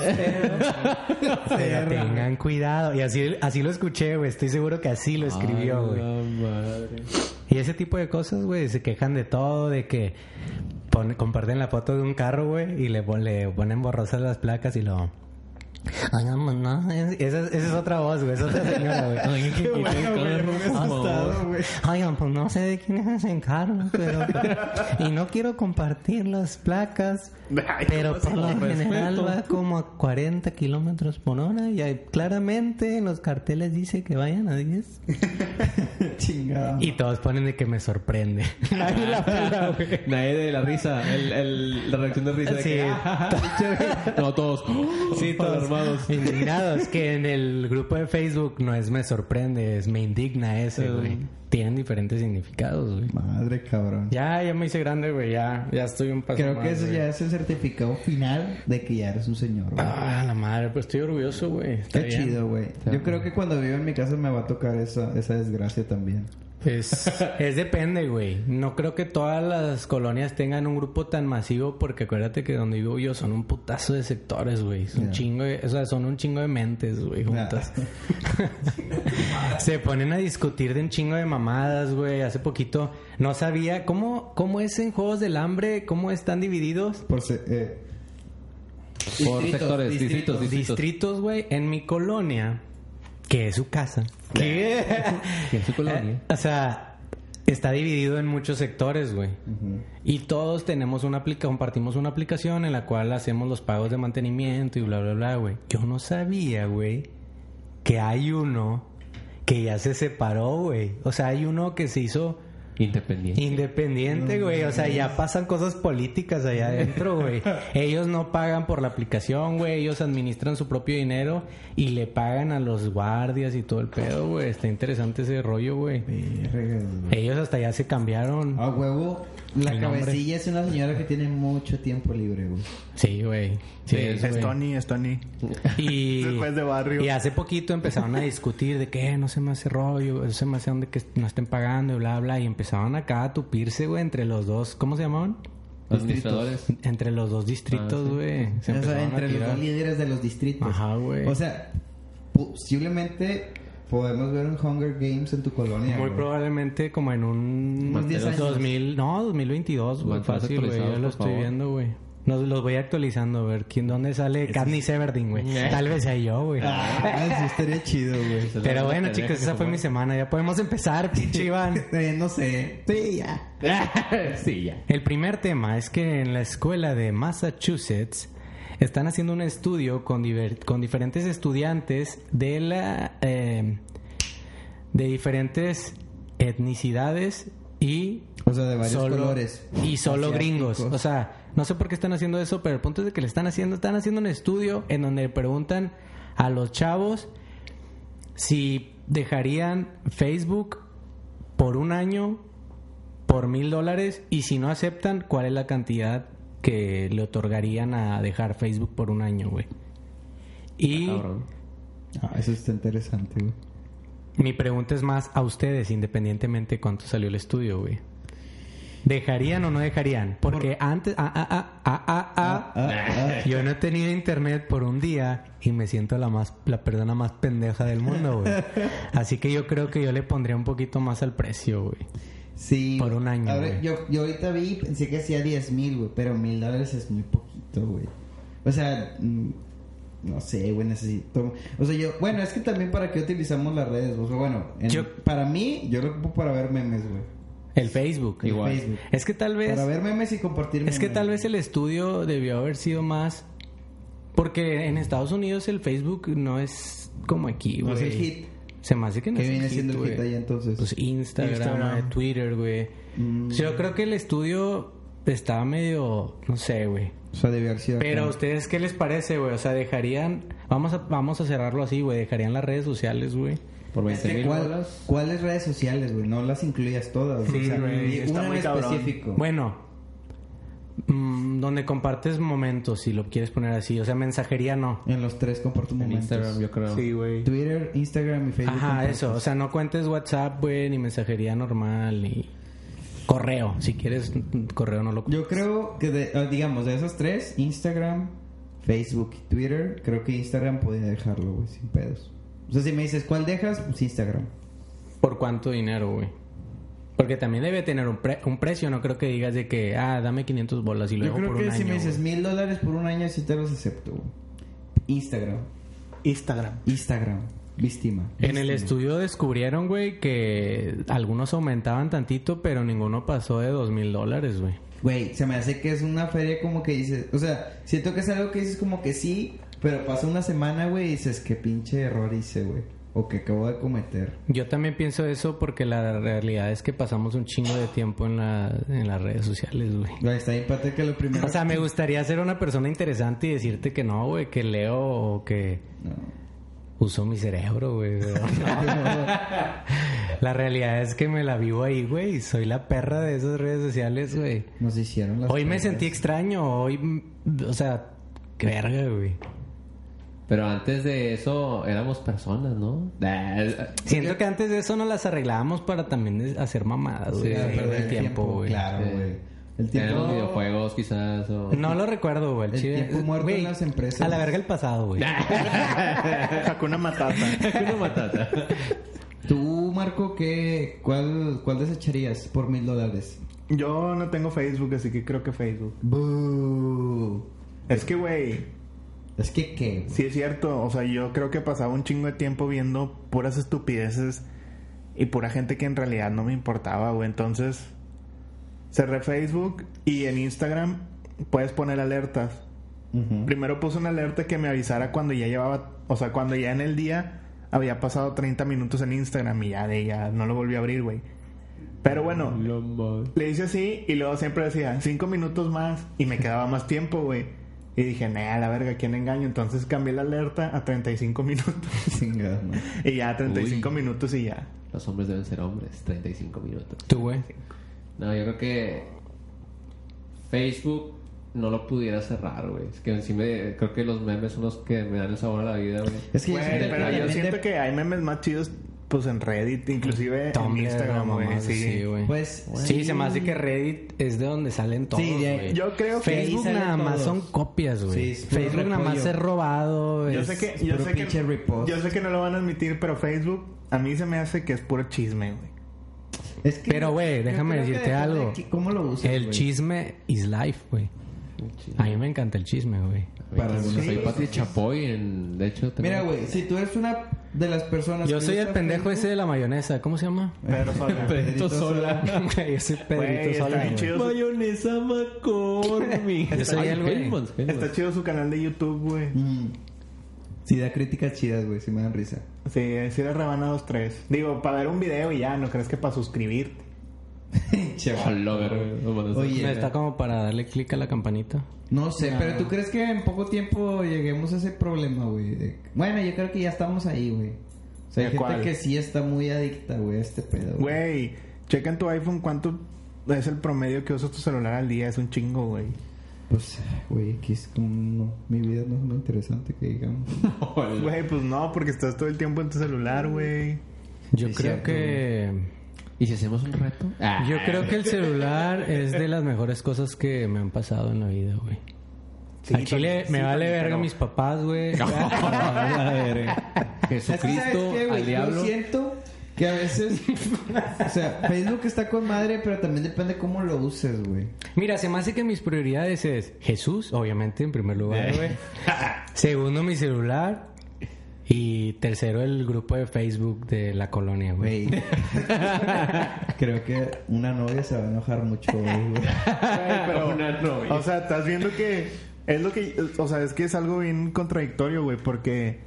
Speaker 1: pero, pero tengan cuidado. Y así, así lo escuché, güey. Estoy seguro que así lo escribió, güey.
Speaker 2: madre.
Speaker 1: Y ese tipo de cosas, güey, se quejan de todo, de que pon- comparten la foto de un carro, güey, y le, pon- le ponen borrosas las placas y lo... Ay, no, no, es- esa, esa es otra voz, güey, es otra señora, güey. Ay, qué
Speaker 2: bueno, güey, me hubiera asustado,
Speaker 4: güey.
Speaker 1: Oigan, pues no sé de quién es ese encargo, pero... Y no quiero compartir las placas, pero por lo general va como a 40 kilómetros por hora y ahí claramente en los carteles dice que vayan a 10.
Speaker 4: Chingada.
Speaker 1: Y todos ponen de que me sorprende. Nadie la pela, güey.
Speaker 2: Nadie de la risa, el, el, la reacción de risa de
Speaker 1: Sí.
Speaker 2: que, "Ah, ah, ah". no todos, sí, todos armados.
Speaker 1: Indignados, que en el grupo de Facebook no es me sorprende, es me indigna ese, güey. Tienen diferentes significados, güey.
Speaker 4: Madre cabrón.
Speaker 1: Ya, ya me hice grande, güey, ya, ya estoy un paso
Speaker 4: Creo
Speaker 1: más,
Speaker 4: que eso
Speaker 1: güey.
Speaker 4: ya es el certificado final de que ya eres un señor, güey.
Speaker 1: Ah, la madre, pues estoy orgulloso, güey. Está
Speaker 4: Qué
Speaker 1: bien.
Speaker 4: chido, güey. Yo creo que cuando vivo en mi casa me va a tocar esa, esa desgracia también.
Speaker 1: Es, es depende, güey. No creo que todas las colonias tengan un grupo tan masivo porque acuérdate que donde vivo yo son un putazo de sectores, güey. Es un
Speaker 4: Ya.
Speaker 1: chingo, de- o sea, son un chingo de mentes, güey, juntas. Se ponen a discutir de un chingo de mamadas, güey. Hace poquito no sabía cómo cómo es en Juegos del Hambre, cómo están divididos.
Speaker 4: Por se- eh,
Speaker 2: Por sectores, distritos, distritos.
Speaker 1: Distritos, güey, en mi colonia, que es su casa. ¿Qué?
Speaker 2: Que es su colonia.
Speaker 1: Eh, o sea, está dividido en muchos sectores, güey. Y todos tenemos una aplicación, compartimos una aplicación en la cual hacemos los pagos de mantenimiento y bla, bla, bla, güey. Yo no sabía, güey, que hay uno que ya se separó, güey. O sea, hay uno que se hizo
Speaker 2: Independiente.
Speaker 1: independiente, güey. O sea, ya pasan cosas políticas allá adentro, güey. Ellos no pagan por la aplicación, güey. Ellos administran su propio dinero y le pagan a los guardias y todo el pedo, güey. Está interesante ese rollo, güey.
Speaker 4: verga, güey.
Speaker 1: Ellos hasta ya se
Speaker 3: Ah.
Speaker 1: cambiaron.
Speaker 4: A huevo, la
Speaker 1: El nombre.
Speaker 4: cabecilla es una señora que tiene mucho tiempo libre, güey.
Speaker 1: Sí, güey. Sí,
Speaker 2: Es
Speaker 1: güey.
Speaker 3: Es Tony, es Tony.
Speaker 1: Y,
Speaker 3: Después de barrio.
Speaker 1: y hace poquito empezaron a discutir de que "Eh, no se me hace rollo, eso se me hace donde que no estén pagando y bla, bla. Y empezaron acá a tupirse, güey, entre los dos. ¿Cómo se llamaban?
Speaker 2: Administradores.
Speaker 1: Entre los dos distritos,
Speaker 2: Ah, sí.
Speaker 1: güey. Se
Speaker 4: O sea,
Speaker 1: empezaron a
Speaker 4: entre los
Speaker 1: tirar.
Speaker 4: dos líderes de los distritos.
Speaker 1: Ajá, güey.
Speaker 4: O sea, posiblemente podemos ver un Hunger Games en tu colonia.
Speaker 1: Muy
Speaker 4: güey.
Speaker 1: probablemente como en un...
Speaker 4: Unos 10 años.
Speaker 1: 2000, no, 2022, güey.
Speaker 2: Manténlos
Speaker 1: Fácil, güey. Yo
Speaker 2: actualizados,
Speaker 1: lo
Speaker 2: por
Speaker 1: estoy
Speaker 2: favor.
Speaker 1: viendo, güey. Los, los voy actualizando, a ver quién, dónde sale Katniss Everdeen, güey.
Speaker 3: Eh.
Speaker 1: Tal vez sea yo, güey.
Speaker 4: Ah, sí, estaría chido, güey.
Speaker 1: Pero bueno,
Speaker 2: Tenía que
Speaker 1: chicos, esa fue
Speaker 2: fumar.
Speaker 1: mi semana. Ya podemos empezar, pinche Iván.
Speaker 4: Eh, no sé. Sí, ya.
Speaker 2: sí, ya.
Speaker 1: El primer tema es que en la escuela de Massachusetts están haciendo un estudio con, diver- con diferentes estudiantes de la eh, de diferentes etnicidades y
Speaker 4: O sea, de varios colores.
Speaker 1: y solo
Speaker 4: Asiáticos.
Speaker 1: gringos. O sea, no sé por qué están haciendo eso, pero el punto es de que le están haciendo están haciendo un estudio en donde le preguntan a los chavos si dejarían Facebook por un año por mil dólares y si no aceptan, ¿cuál es la cantidad que le otorgarían a dejar Facebook por un año, güey? Y
Speaker 2: Cabrón.
Speaker 4: Ah, eso está interesante, güey.
Speaker 1: mi pregunta es más a ustedes, independientemente de cuánto salió el estudio, güey. ¿Dejarían o no dejarían? Porque antes... ah, ah, ah, ah, ah, ah,
Speaker 4: Ah,
Speaker 1: Yo no he tenido internet por un día y me siento la más la persona más pendeja del mundo, güey. Así que yo creo que yo le pondría un poquito más al precio, güey.
Speaker 4: ah. Sí.
Speaker 1: Por un año,
Speaker 4: Ahora,
Speaker 1: güey.
Speaker 4: yo, yo ahorita vi y pensé que hacía 10 mil, güey. Pero mil dólares es muy poquito, güey. O sea, mm, no sé, güey. Necesito. O sea, yo. Bueno, es que también para qué utilizamos las redes. O sea, bueno, en-
Speaker 1: Yo-
Speaker 4: para mí, yo lo ocupo para ver memes, güey.
Speaker 1: El Facebook.
Speaker 4: En
Speaker 2: Igual.
Speaker 4: Facebook.
Speaker 1: Es que tal vez
Speaker 4: Para ver memes y compartir memes.
Speaker 1: es que tal vez el estudio debió haber sido más porque en Estados Unidos el Facebook no es como aquí,
Speaker 4: No
Speaker 1: güey.
Speaker 4: es el hit.
Speaker 1: Se me hace que no
Speaker 4: ¿Qué
Speaker 1: es el
Speaker 4: viene siendo el
Speaker 1: güey.
Speaker 4: hit ahí entonces? Mm,
Speaker 1: Pues Instagram,
Speaker 3: Instagram.
Speaker 1: eh, Twitter, güey. Yo creo que el estudio estaba medio, no sé, güey.
Speaker 4: O sea, debió haber sido.
Speaker 1: Pero a
Speaker 4: acá.
Speaker 1: ustedes qué les parece, güey? O sea, dejarían, vamos a, vamos a cerrarlo así, güey, dejarían las redes sociales, güey.
Speaker 2: Por
Speaker 4: Es
Speaker 2: 20
Speaker 4: que
Speaker 2: mil
Speaker 4: ¿cuál-
Speaker 2: bolas.
Speaker 4: ¿Cuáles redes sociales, güey? No las incluyas todas.
Speaker 1: Sí,
Speaker 4: o sea,
Speaker 1: güey,
Speaker 4: ni
Speaker 3: está
Speaker 4: una en
Speaker 3: muy cabrón.
Speaker 4: específico.
Speaker 1: Bueno, Mm, donde compartes momentos, si lo quieres poner así. O sea, mensajería no.
Speaker 4: En los tres comparto
Speaker 2: En
Speaker 4: momentos.
Speaker 2: Instagram, yo creo.
Speaker 3: Sí, güey.
Speaker 4: Twitter, Instagram y Facebook.
Speaker 1: Ajá,
Speaker 4: comparto.
Speaker 1: eso. O sea, no cuentes WhatsApp, güey, ni mensajería normal, ni correo. Si quieres, mm, correo no lo cuentes.
Speaker 4: Yo creo que, de- ah, digamos, de esos tres, Instagram, Facebook y Twitter, creo que Instagram podía dejarlo, güey, sin pedos. O sea, si me dices, ¿cuál dejas? Pues Instagram.
Speaker 1: ¿Por cuánto dinero, güey? Porque también debe tener un, pre- un precio. No creo que digas de que, ah, dame 500 bolas y lo
Speaker 4: Yo
Speaker 1: dejo
Speaker 4: creo
Speaker 1: por
Speaker 4: que
Speaker 1: un
Speaker 4: si
Speaker 1: año,
Speaker 4: me dices
Speaker 1: güey.
Speaker 4: mil dólares por un año, sí te los acepto, güey. Instagram.
Speaker 3: Instagram.
Speaker 4: Instagram. Víctima.
Speaker 1: En el estudio descubrieron, güey, que algunos aumentaban tantito, pero ninguno pasó de dos mil dólares, güey.
Speaker 4: Güey, se me hace que es una feria como que dices... O sea, siento que es algo que dices como que sí, pero pasa una semana, güey, y dices, qué pinche error hice, güey. O que acabo de cometer.
Speaker 1: Yo también pienso eso porque la realidad es que pasamos un chingo de tiempo en, la, en las redes sociales, güey.
Speaker 4: Güey, está bien pate que lo primero...
Speaker 1: O sea, me gustaría ser una persona interesante y decirte que no, güey, que leo o que
Speaker 4: No.
Speaker 1: uso mi cerebro, güey. pero no. la realidad es que me la vivo ahí, güey. Soy la perra de esas redes sociales, güey.
Speaker 4: Nos hicieron las
Speaker 1: Hoy me
Speaker 4: pruebas.
Speaker 1: sentí extraño, hoy, mm, o sea, qué verga, güey.
Speaker 2: Pero antes de eso éramos personas, ¿no? Eh,
Speaker 1: Siento que antes de eso nos las arreglábamos para también des- hacer mamadas, güey.
Speaker 4: Ah,
Speaker 1: perder el tiempo, güey.
Speaker 4: Claro,
Speaker 2: Sí.
Speaker 4: güey. El
Speaker 2: Tenemos
Speaker 4: tiempo.
Speaker 2: videojuegos quizás o...
Speaker 1: No lo recuerdo, güey. al
Speaker 4: El
Speaker 1: chile.
Speaker 4: tiempo muerto
Speaker 1: Güey,
Speaker 4: en las empresas.
Speaker 1: A la verga el pasado, güey.
Speaker 3: Hakuna Matata.
Speaker 2: Hakuna Matata.
Speaker 4: Tú, Marco, qué, cuál, ¿cuál desecharías por mil dólares?
Speaker 3: Yo no tengo Facebook, así que creo que Facebook.
Speaker 4: Boo.
Speaker 3: Es que, güey,
Speaker 4: Es que qué. güey?
Speaker 3: sí es cierto. O sea, yo creo que pasaba un chingo de tiempo viendo puras estupideces y pura gente que en realidad no me importaba, güey. Entonces, cerré Facebook y en Instagram puedes poner alertas.
Speaker 4: Ujú.
Speaker 3: Primero puse una alerta que me avisara cuando ya llevaba, o sea, cuando ya en el día había pasado 30 minutos en Instagram y ya de ya no lo volví a abrir, güey. Pero bueno, le hice así y luego siempre decía, cinco minutos más y me quedaba más tiempo, güey. Y dije, nah, la verga, ¿quién engaño? Entonces cambié la alerta a 35 minutos.
Speaker 4: Chingado, ¿no?
Speaker 3: Y ya 35
Speaker 2: Uy.
Speaker 3: minutos y ya.
Speaker 2: Los hombres deben ser hombres. 35 minutos.
Speaker 1: Tú, güey.
Speaker 2: No, yo creo que Facebook no lo pudiera cerrar, güey. Es que sí me, creo que los memes son los que me dan el sabor a la vida, güey.
Speaker 4: Es que yo
Speaker 3: Güey,
Speaker 4: siento que
Speaker 3: pero yo
Speaker 4: también
Speaker 3: siento
Speaker 4: de-
Speaker 3: que hay memes más chidos, pues en Reddit, inclusive en
Speaker 1: Tumblr,
Speaker 3: Instagram,
Speaker 1: no,
Speaker 3: güey.
Speaker 1: mamás,
Speaker 3: Sí.
Speaker 1: güey.
Speaker 4: Pues,
Speaker 1: sí, se me hace que Reddit es de donde salen todos,
Speaker 4: de ahí-
Speaker 1: güey.
Speaker 3: Yo creo que ahí
Speaker 1: Facebook
Speaker 4: salen
Speaker 1: nada más
Speaker 4: todos.
Speaker 1: son copias,
Speaker 4: Sí,
Speaker 1: güey.
Speaker 4: es puro
Speaker 1: Facebook nada más
Speaker 4: repollo.
Speaker 1: es robado.
Speaker 3: Yo
Speaker 1: es-
Speaker 3: sé que,
Speaker 4: es
Speaker 3: yo
Speaker 4: pues, puro
Speaker 3: sé que,
Speaker 4: pinche repost.
Speaker 3: yo sé que no lo van a admitir, pero Facebook a mí se me hace que es puro chisme, güey.
Speaker 4: es que-
Speaker 1: Pero, güey,
Speaker 4: yo
Speaker 1: déjame
Speaker 4: creo que
Speaker 1: decirte
Speaker 4: depende de
Speaker 1: algo.
Speaker 4: qui- ¿Cómo lo usas?
Speaker 1: El
Speaker 4: güey.
Speaker 1: chisme is life, güey. A mí me encanta el chisme, güey.
Speaker 4: Para algunas
Speaker 2: soy
Speaker 4: cosas.
Speaker 2: Pati Chapoy, en, de hecho... tengo-
Speaker 4: Mira, güey, si tú eres una de las personas.
Speaker 1: Yo
Speaker 4: que
Speaker 1: soy el
Speaker 4: usa
Speaker 1: pendejo ese
Speaker 4: Facebook-
Speaker 1: de la mayonesa. ¿Cómo se llama?
Speaker 3: Pero sola.
Speaker 4: Pedrito Sola.
Speaker 1: Güey, yo soy
Speaker 3: Güey,
Speaker 1: Pedrito
Speaker 3: está
Speaker 1: Sola,
Speaker 3: bien
Speaker 1: güey.
Speaker 3: chido. su-
Speaker 2: Mayonesa McCormick.
Speaker 1: Yo soy
Speaker 2: Ay,
Speaker 1: el güey.
Speaker 2: Hellmann's, Hellmann's.
Speaker 3: Está chido su canal de YouTube, güey.
Speaker 4: Mm. Sí, da críticas chidas, güey, si me dan risa.
Speaker 3: Sí, sí le rebana dos, tres. Digo, para ver un video y ya, ¿no crees que para suscribirte?
Speaker 4: Chaval.
Speaker 2: Hola, güey. No mames.
Speaker 4: Oye,
Speaker 1: Me Está como para darle clic a la campanita.
Speaker 4: No sé, pero ¿tú crees que en poco tiempo lleguemos a ese problema, güey? De- Bueno, yo creo que ya estamos ahí, güey. O sea, hay
Speaker 3: ¿De
Speaker 4: gente
Speaker 3: cuál?
Speaker 4: que sí está muy adicta, güey, a este pedo, güey.
Speaker 3: Güey, checa en tu iPhone cuánto es el promedio que usas tu celular al día. Es un chingo, güey.
Speaker 4: Pues, güey, que es como... no, mi vida no es muy interesante, que digamos.
Speaker 2: Hola.
Speaker 3: Güey, pues no, porque estás todo el tiempo en tu celular, güey.
Speaker 1: Yo creo
Speaker 4: Sí, cierto,
Speaker 1: que...
Speaker 2: ¿Y si hacemos un reto? Ah.
Speaker 1: Yo creo que el celular es de las mejores cosas que me han pasado en la vida, güey. Al chile
Speaker 3: sí,
Speaker 1: me vale
Speaker 3: también,
Speaker 1: verga
Speaker 3: pero-
Speaker 1: mis papás, güey.
Speaker 2: Jesucristo al diablo.
Speaker 4: Yo siento que a veces... o sea, Facebook está con madre, pero también depende cómo lo uses, güey.
Speaker 1: Mira, se me hace que mis prioridades es Jesús, obviamente, en primer lugar, güey. Segundo, mi celular. Y tercero, el grupo de Facebook de la colonia, güey.
Speaker 4: Güey. creo que una novia se va a enojar mucho, güey.
Speaker 2: pero una novia.
Speaker 3: O sea, estás viendo que es lo que, o sea, es que es algo bien contradictorio, güey, porque,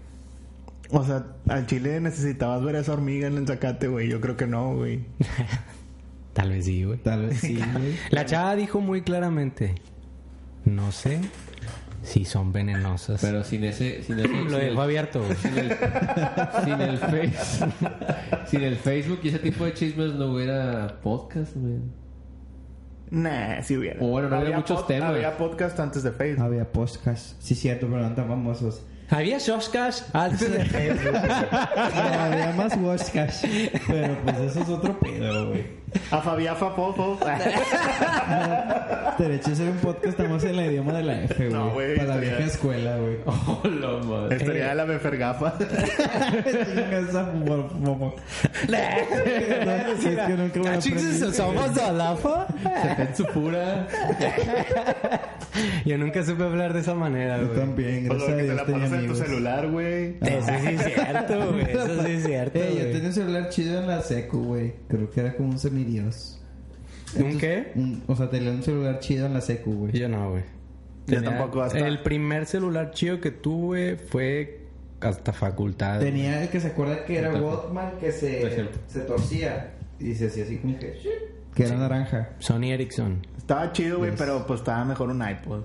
Speaker 3: o sea, al chile necesitabas ver a esa hormiga en el zacate, güey. Yo creo que no, güey.
Speaker 1: Tal vez sí, güey.
Speaker 4: Tal vez sí, güey.
Speaker 1: La chava dijo muy claramente, no sé si son venenosas.
Speaker 2: Pero sin ese... Sin ese
Speaker 1: Lo
Speaker 2: sin
Speaker 1: dejó
Speaker 2: el-
Speaker 1: abierto, güey.
Speaker 2: sin el, sin el face, sin el Facebook y ese tipo de chismes no hubiera podcast, güey.
Speaker 3: Nah, sí hubiera.
Speaker 2: O bueno, no había muchos temas.
Speaker 3: Había podcast antes de Facebook.
Speaker 4: Había podcasts. Sí, cierto, pero no eran tan famosos.
Speaker 1: Había Ah, Shoshkash antes de
Speaker 4: había más podcasts. Pero pues eso es otro pedo, güey.
Speaker 3: A Fabiafa Popo.
Speaker 4: Te hecho hacer un podcast estamos en el idioma de la F, güey.
Speaker 3: No, güey,
Speaker 4: Para la
Speaker 3: estaría-
Speaker 4: vieja escuela, güey.
Speaker 2: Oh, la madre.
Speaker 3: Estaría de la mefergafa.
Speaker 4: Chinga esa por- por- No, es que nunca me aprendí.
Speaker 2: Se te en su pura.
Speaker 1: Yo nunca supe hablar de esa manera,
Speaker 4: Yo
Speaker 1: güey.
Speaker 4: también,
Speaker 3: Pues lo
Speaker 4: gracias a
Speaker 3: que te
Speaker 4: Dios
Speaker 3: la
Speaker 1: este
Speaker 4: tenía
Speaker 3: pones en tu
Speaker 4: amigos.
Speaker 3: celular, güey.
Speaker 1: Eso sí es cierto, güey. Eso sí es cierto.
Speaker 4: Eh, yo
Speaker 1: güey.
Speaker 4: tenía un celular chido en la secu, güey. Creo que era como un semidios.
Speaker 1: ¿Un qué?
Speaker 4: Un- o sea, tenía un celular chido en la secu, güey.
Speaker 1: Yo no, güey.
Speaker 3: Yo
Speaker 1: Tenía-
Speaker 3: tampoco hasta-
Speaker 1: El primer celular chido que tuve fue hasta facultad.
Speaker 4: Tenía el que se acuerda que era
Speaker 1: Otra cosa.
Speaker 4: Walkman que
Speaker 2: Es
Speaker 4: se,
Speaker 2: cierto.
Speaker 4: se torcía y se hacía así como que... Que era naranja.
Speaker 1: Sony Ericsson.
Speaker 3: Estaba chido, güey, pero pues estaba mejor un iPod.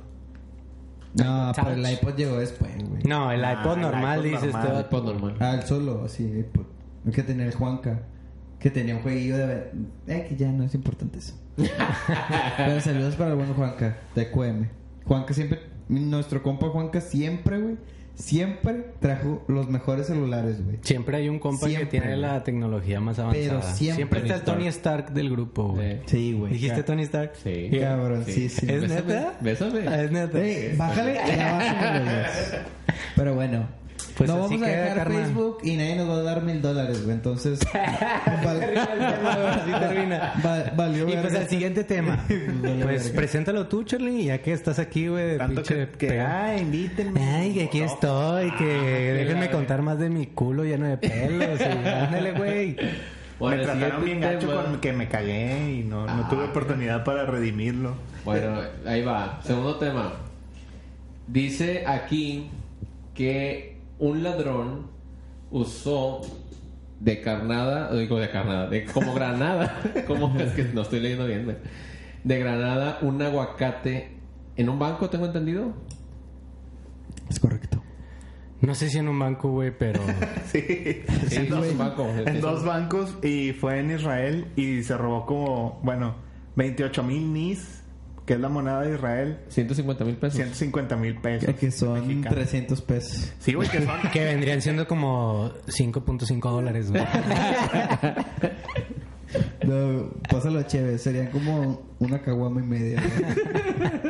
Speaker 4: No,
Speaker 1: Touch.
Speaker 4: pero el iPod llegó después, güey.
Speaker 1: No, el
Speaker 3: Ah,
Speaker 1: iPod
Speaker 3: el
Speaker 1: normal,
Speaker 3: iPod
Speaker 1: dices
Speaker 3: normal.
Speaker 1: tú.
Speaker 2: Pues normal.
Speaker 4: Ah, el solo, sí, iPod. El que tenía el Juanca. Que tenía un jueguillo de... Eh, que ya no es importante eso. pero saludos para el buen Juanca, de QM. Juanca siempre... Nuestro compa Juanca siempre, güey. Siempre trajo los mejores celulares, güey.
Speaker 1: Siempre hay un compa
Speaker 4: Siempre,
Speaker 1: que tiene
Speaker 4: güey.
Speaker 1: la tecnología más avanzada.
Speaker 4: Pero siempre
Speaker 1: está el Tony
Speaker 4: Tony
Speaker 1: Stark del grupo, güey.
Speaker 2: Sí.
Speaker 4: Sí, güey.
Speaker 1: ¿Dijiste Tony Stark?
Speaker 2: Sí.
Speaker 1: Yeah.
Speaker 4: Cabrón, sí, sí.
Speaker 1: ¿Es
Speaker 2: Bésame,
Speaker 1: neta?
Speaker 2: bésame.
Speaker 1: Ah, Es neta.
Speaker 4: Ey, bájale y la bajan, güey. Pero bueno.
Speaker 1: Pues
Speaker 4: no
Speaker 1: así
Speaker 4: vamos a
Speaker 1: queda,
Speaker 4: dejar
Speaker 1: carnal.
Speaker 4: Facebook y nadie nos va a dar mil dólares, güey. Entonces.
Speaker 1: Así termina.
Speaker 4: Va- valió
Speaker 1: Y pues
Speaker 4: verga.
Speaker 1: al siguiente tema.
Speaker 4: Valió
Speaker 1: pues
Speaker 4: verga.
Speaker 1: preséntalo tú, Charlie, ya que estás aquí, güey. de
Speaker 3: Tanto
Speaker 1: pinche
Speaker 3: que, que,
Speaker 1: pega-
Speaker 3: ah, invítenme.
Speaker 1: Ay, que aquí estoy, que déjenme
Speaker 2: la
Speaker 1: contar más de mi culo lleno de pelos. y Ándale, güey.
Speaker 2: Bueno,
Speaker 3: me
Speaker 2: el
Speaker 3: trataron
Speaker 2: siguiente
Speaker 3: bien gacho
Speaker 2: tema-
Speaker 3: con que me cagué y no,
Speaker 1: Ah,
Speaker 3: no tuve oportunidad para redimirlo.
Speaker 2: Bueno, ahí va. Segundo tema. Dice aquí que un ladrón usó de carnada, digo de carnada, de como granada, como es que no estoy leyendo bien, güey. de granada un aguacate en un banco, tengo entendido.
Speaker 4: Es correcto.
Speaker 1: No sé si en un banco, güey, pero.
Speaker 3: Sí.
Speaker 2: Sí,
Speaker 3: en
Speaker 2: no,
Speaker 3: dos,
Speaker 2: es un banco.
Speaker 3: en dos bancos y fue en Israel y se robó como, bueno, 28 mil nis, que es la moneda de Israel,
Speaker 2: 150 mil pesos.
Speaker 3: 150 mil pesos.
Speaker 4: Que son
Speaker 3: mexicanos.
Speaker 4: 300 pesos.
Speaker 3: Sí, güey, que son.
Speaker 1: Que vendrían siendo como 5.5 dólares, güey.
Speaker 4: No, pásalo chévere. Serían como una caguama y media. güey.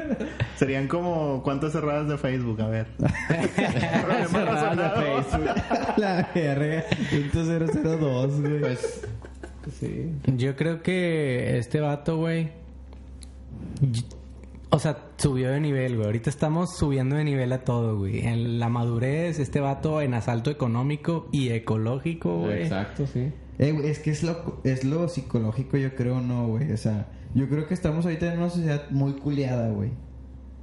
Speaker 3: Serían como, ¿cuántas cerradas de Facebook? A ver. Problema
Speaker 2: Cerradas de
Speaker 3: razonado.
Speaker 4: La verga. Punto 002, güey.
Speaker 2: Pues, sí.
Speaker 1: Yo creo que este vato, güey. y- O sea, subió de nivel, güey. Ahorita estamos subiendo de nivel a todo, güey. En la madurez, este vato en asalto económico y ecológico, güey.
Speaker 2: Exacto, sí.
Speaker 4: Eh, güey, es que es lo, es lo psicológico, yo creo, no, güey. O sea, yo creo que estamos ahorita en una sociedad muy culeada, güey.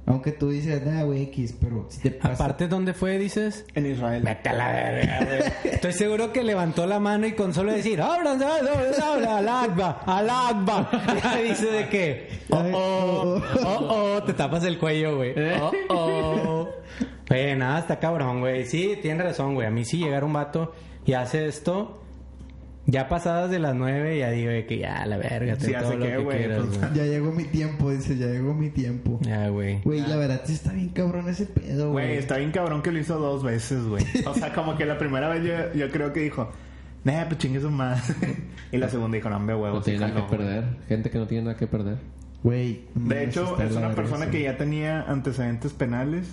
Speaker 4: Aunque tú dices, nah, güey, X, pero si te pasa.
Speaker 1: Aparte, ¿dónde fue, dices?
Speaker 3: En Israel.
Speaker 1: Vete a la verga, güey. Estoy seguro que levantó la mano y con solo decir, ¡Abran, al Akbar! ¡Al Akbar! Ya dice de que, ¡Oh, oh! ¡Oh, oh! Te tapas el cuello, güey. ¡Oh, oh! Oye, nada, está cabrón, güey. Sí, tiene razón, güey. A mí sí llegar un vato y hace esto... Ya pasadas de las nueve, ya digo de que ya, la verga, ten
Speaker 3: Sí,
Speaker 1: todo
Speaker 3: hace
Speaker 1: lo
Speaker 3: que,
Speaker 1: que
Speaker 3: güey,
Speaker 1: quieras,
Speaker 3: pues.
Speaker 1: güey.
Speaker 4: Ya llegó mi tiempo, dice, ya llegó mi tiempo.
Speaker 1: Eh, Ya, güey.
Speaker 4: Güey, la verdad sí está bien cabrón ese pedo,
Speaker 3: Güey,
Speaker 4: güey.
Speaker 3: está bien cabrón que lo hizo dos veces, güey. O sea, como que la primera vez yo, yo creo que dijo, nah, pues chingue su madre. Y la segunda dijo, no, hombre, huevo,
Speaker 2: No
Speaker 3: sí,
Speaker 2: tiene nada
Speaker 3: jaló".
Speaker 2: que perder. Gente que no tiene nada que perder.
Speaker 4: Güey. no,
Speaker 3: De
Speaker 4: sí
Speaker 3: hecho,
Speaker 4: está
Speaker 3: es
Speaker 4: la
Speaker 3: una
Speaker 4: verga,
Speaker 3: persona
Speaker 4: sí.
Speaker 3: que ya tenía antecedentes penales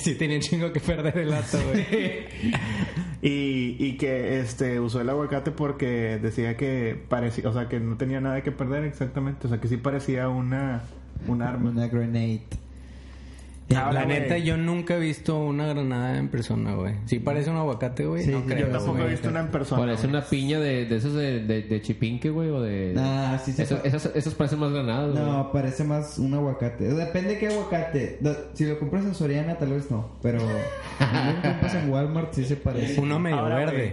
Speaker 1: sí tenía chingo que perder el lato, güey.
Speaker 3: y, y que este usó el aguacate porque decía que parecía, o sea, que no tenía nada que perder exactamente, o sea, que sí parecía una un arma.
Speaker 4: Una grenade.
Speaker 3: Ah,
Speaker 1: la
Speaker 3: güey.
Speaker 1: neta, yo nunca he visto una granada en persona, güey. Sí parece un aguacate, güey.
Speaker 4: Sí,
Speaker 1: no
Speaker 4: sí,
Speaker 1: creo,
Speaker 3: Yo tampoco he
Speaker 1: güey.
Speaker 3: visto una en persona.
Speaker 2: Parece
Speaker 3: güey.
Speaker 2: una piña de, de esos de, de, de chipinque, güey, o de...
Speaker 1: Eh,
Speaker 4: Ah, sí, sí.
Speaker 2: Esos, esos, esos parecen más granadas, güey.
Speaker 4: No, parece más un aguacate. Depende qué aguacate. Do- Si lo compras en Soriana, tal vez no. Pero si lo compras en Walmart, sí se parece.
Speaker 1: Uno medio
Speaker 3: Ahora,
Speaker 1: verde.
Speaker 3: güey,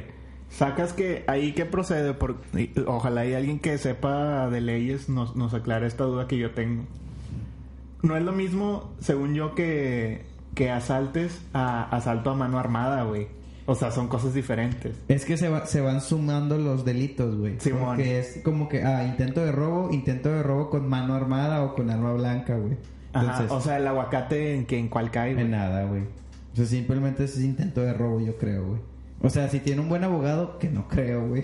Speaker 3: Sacas que ahí que procede, por, y- ojalá hay alguien que sepa de leyes nos, nos aclare esta duda que yo tengo. No es lo mismo, según yo, que, que asaltes a asalto a mano armada, güey. O O sea, son cosas diferentes.
Speaker 4: Es que se, va- se van sumando los delitos, güey.
Speaker 3: Simón.
Speaker 4: Porque es como que, ah, intento de robo, intento de robo con mano armada o con arma blanca, güey.
Speaker 3: Ajá,
Speaker 4: Entonces,
Speaker 3: o sea, el aguacate en, que, en cual cae, güey.
Speaker 4: en nada, güey. O sea, simplemente es intento de robo, yo creo, güey. O sea, si tiene un buen abogado, que no creo, güey.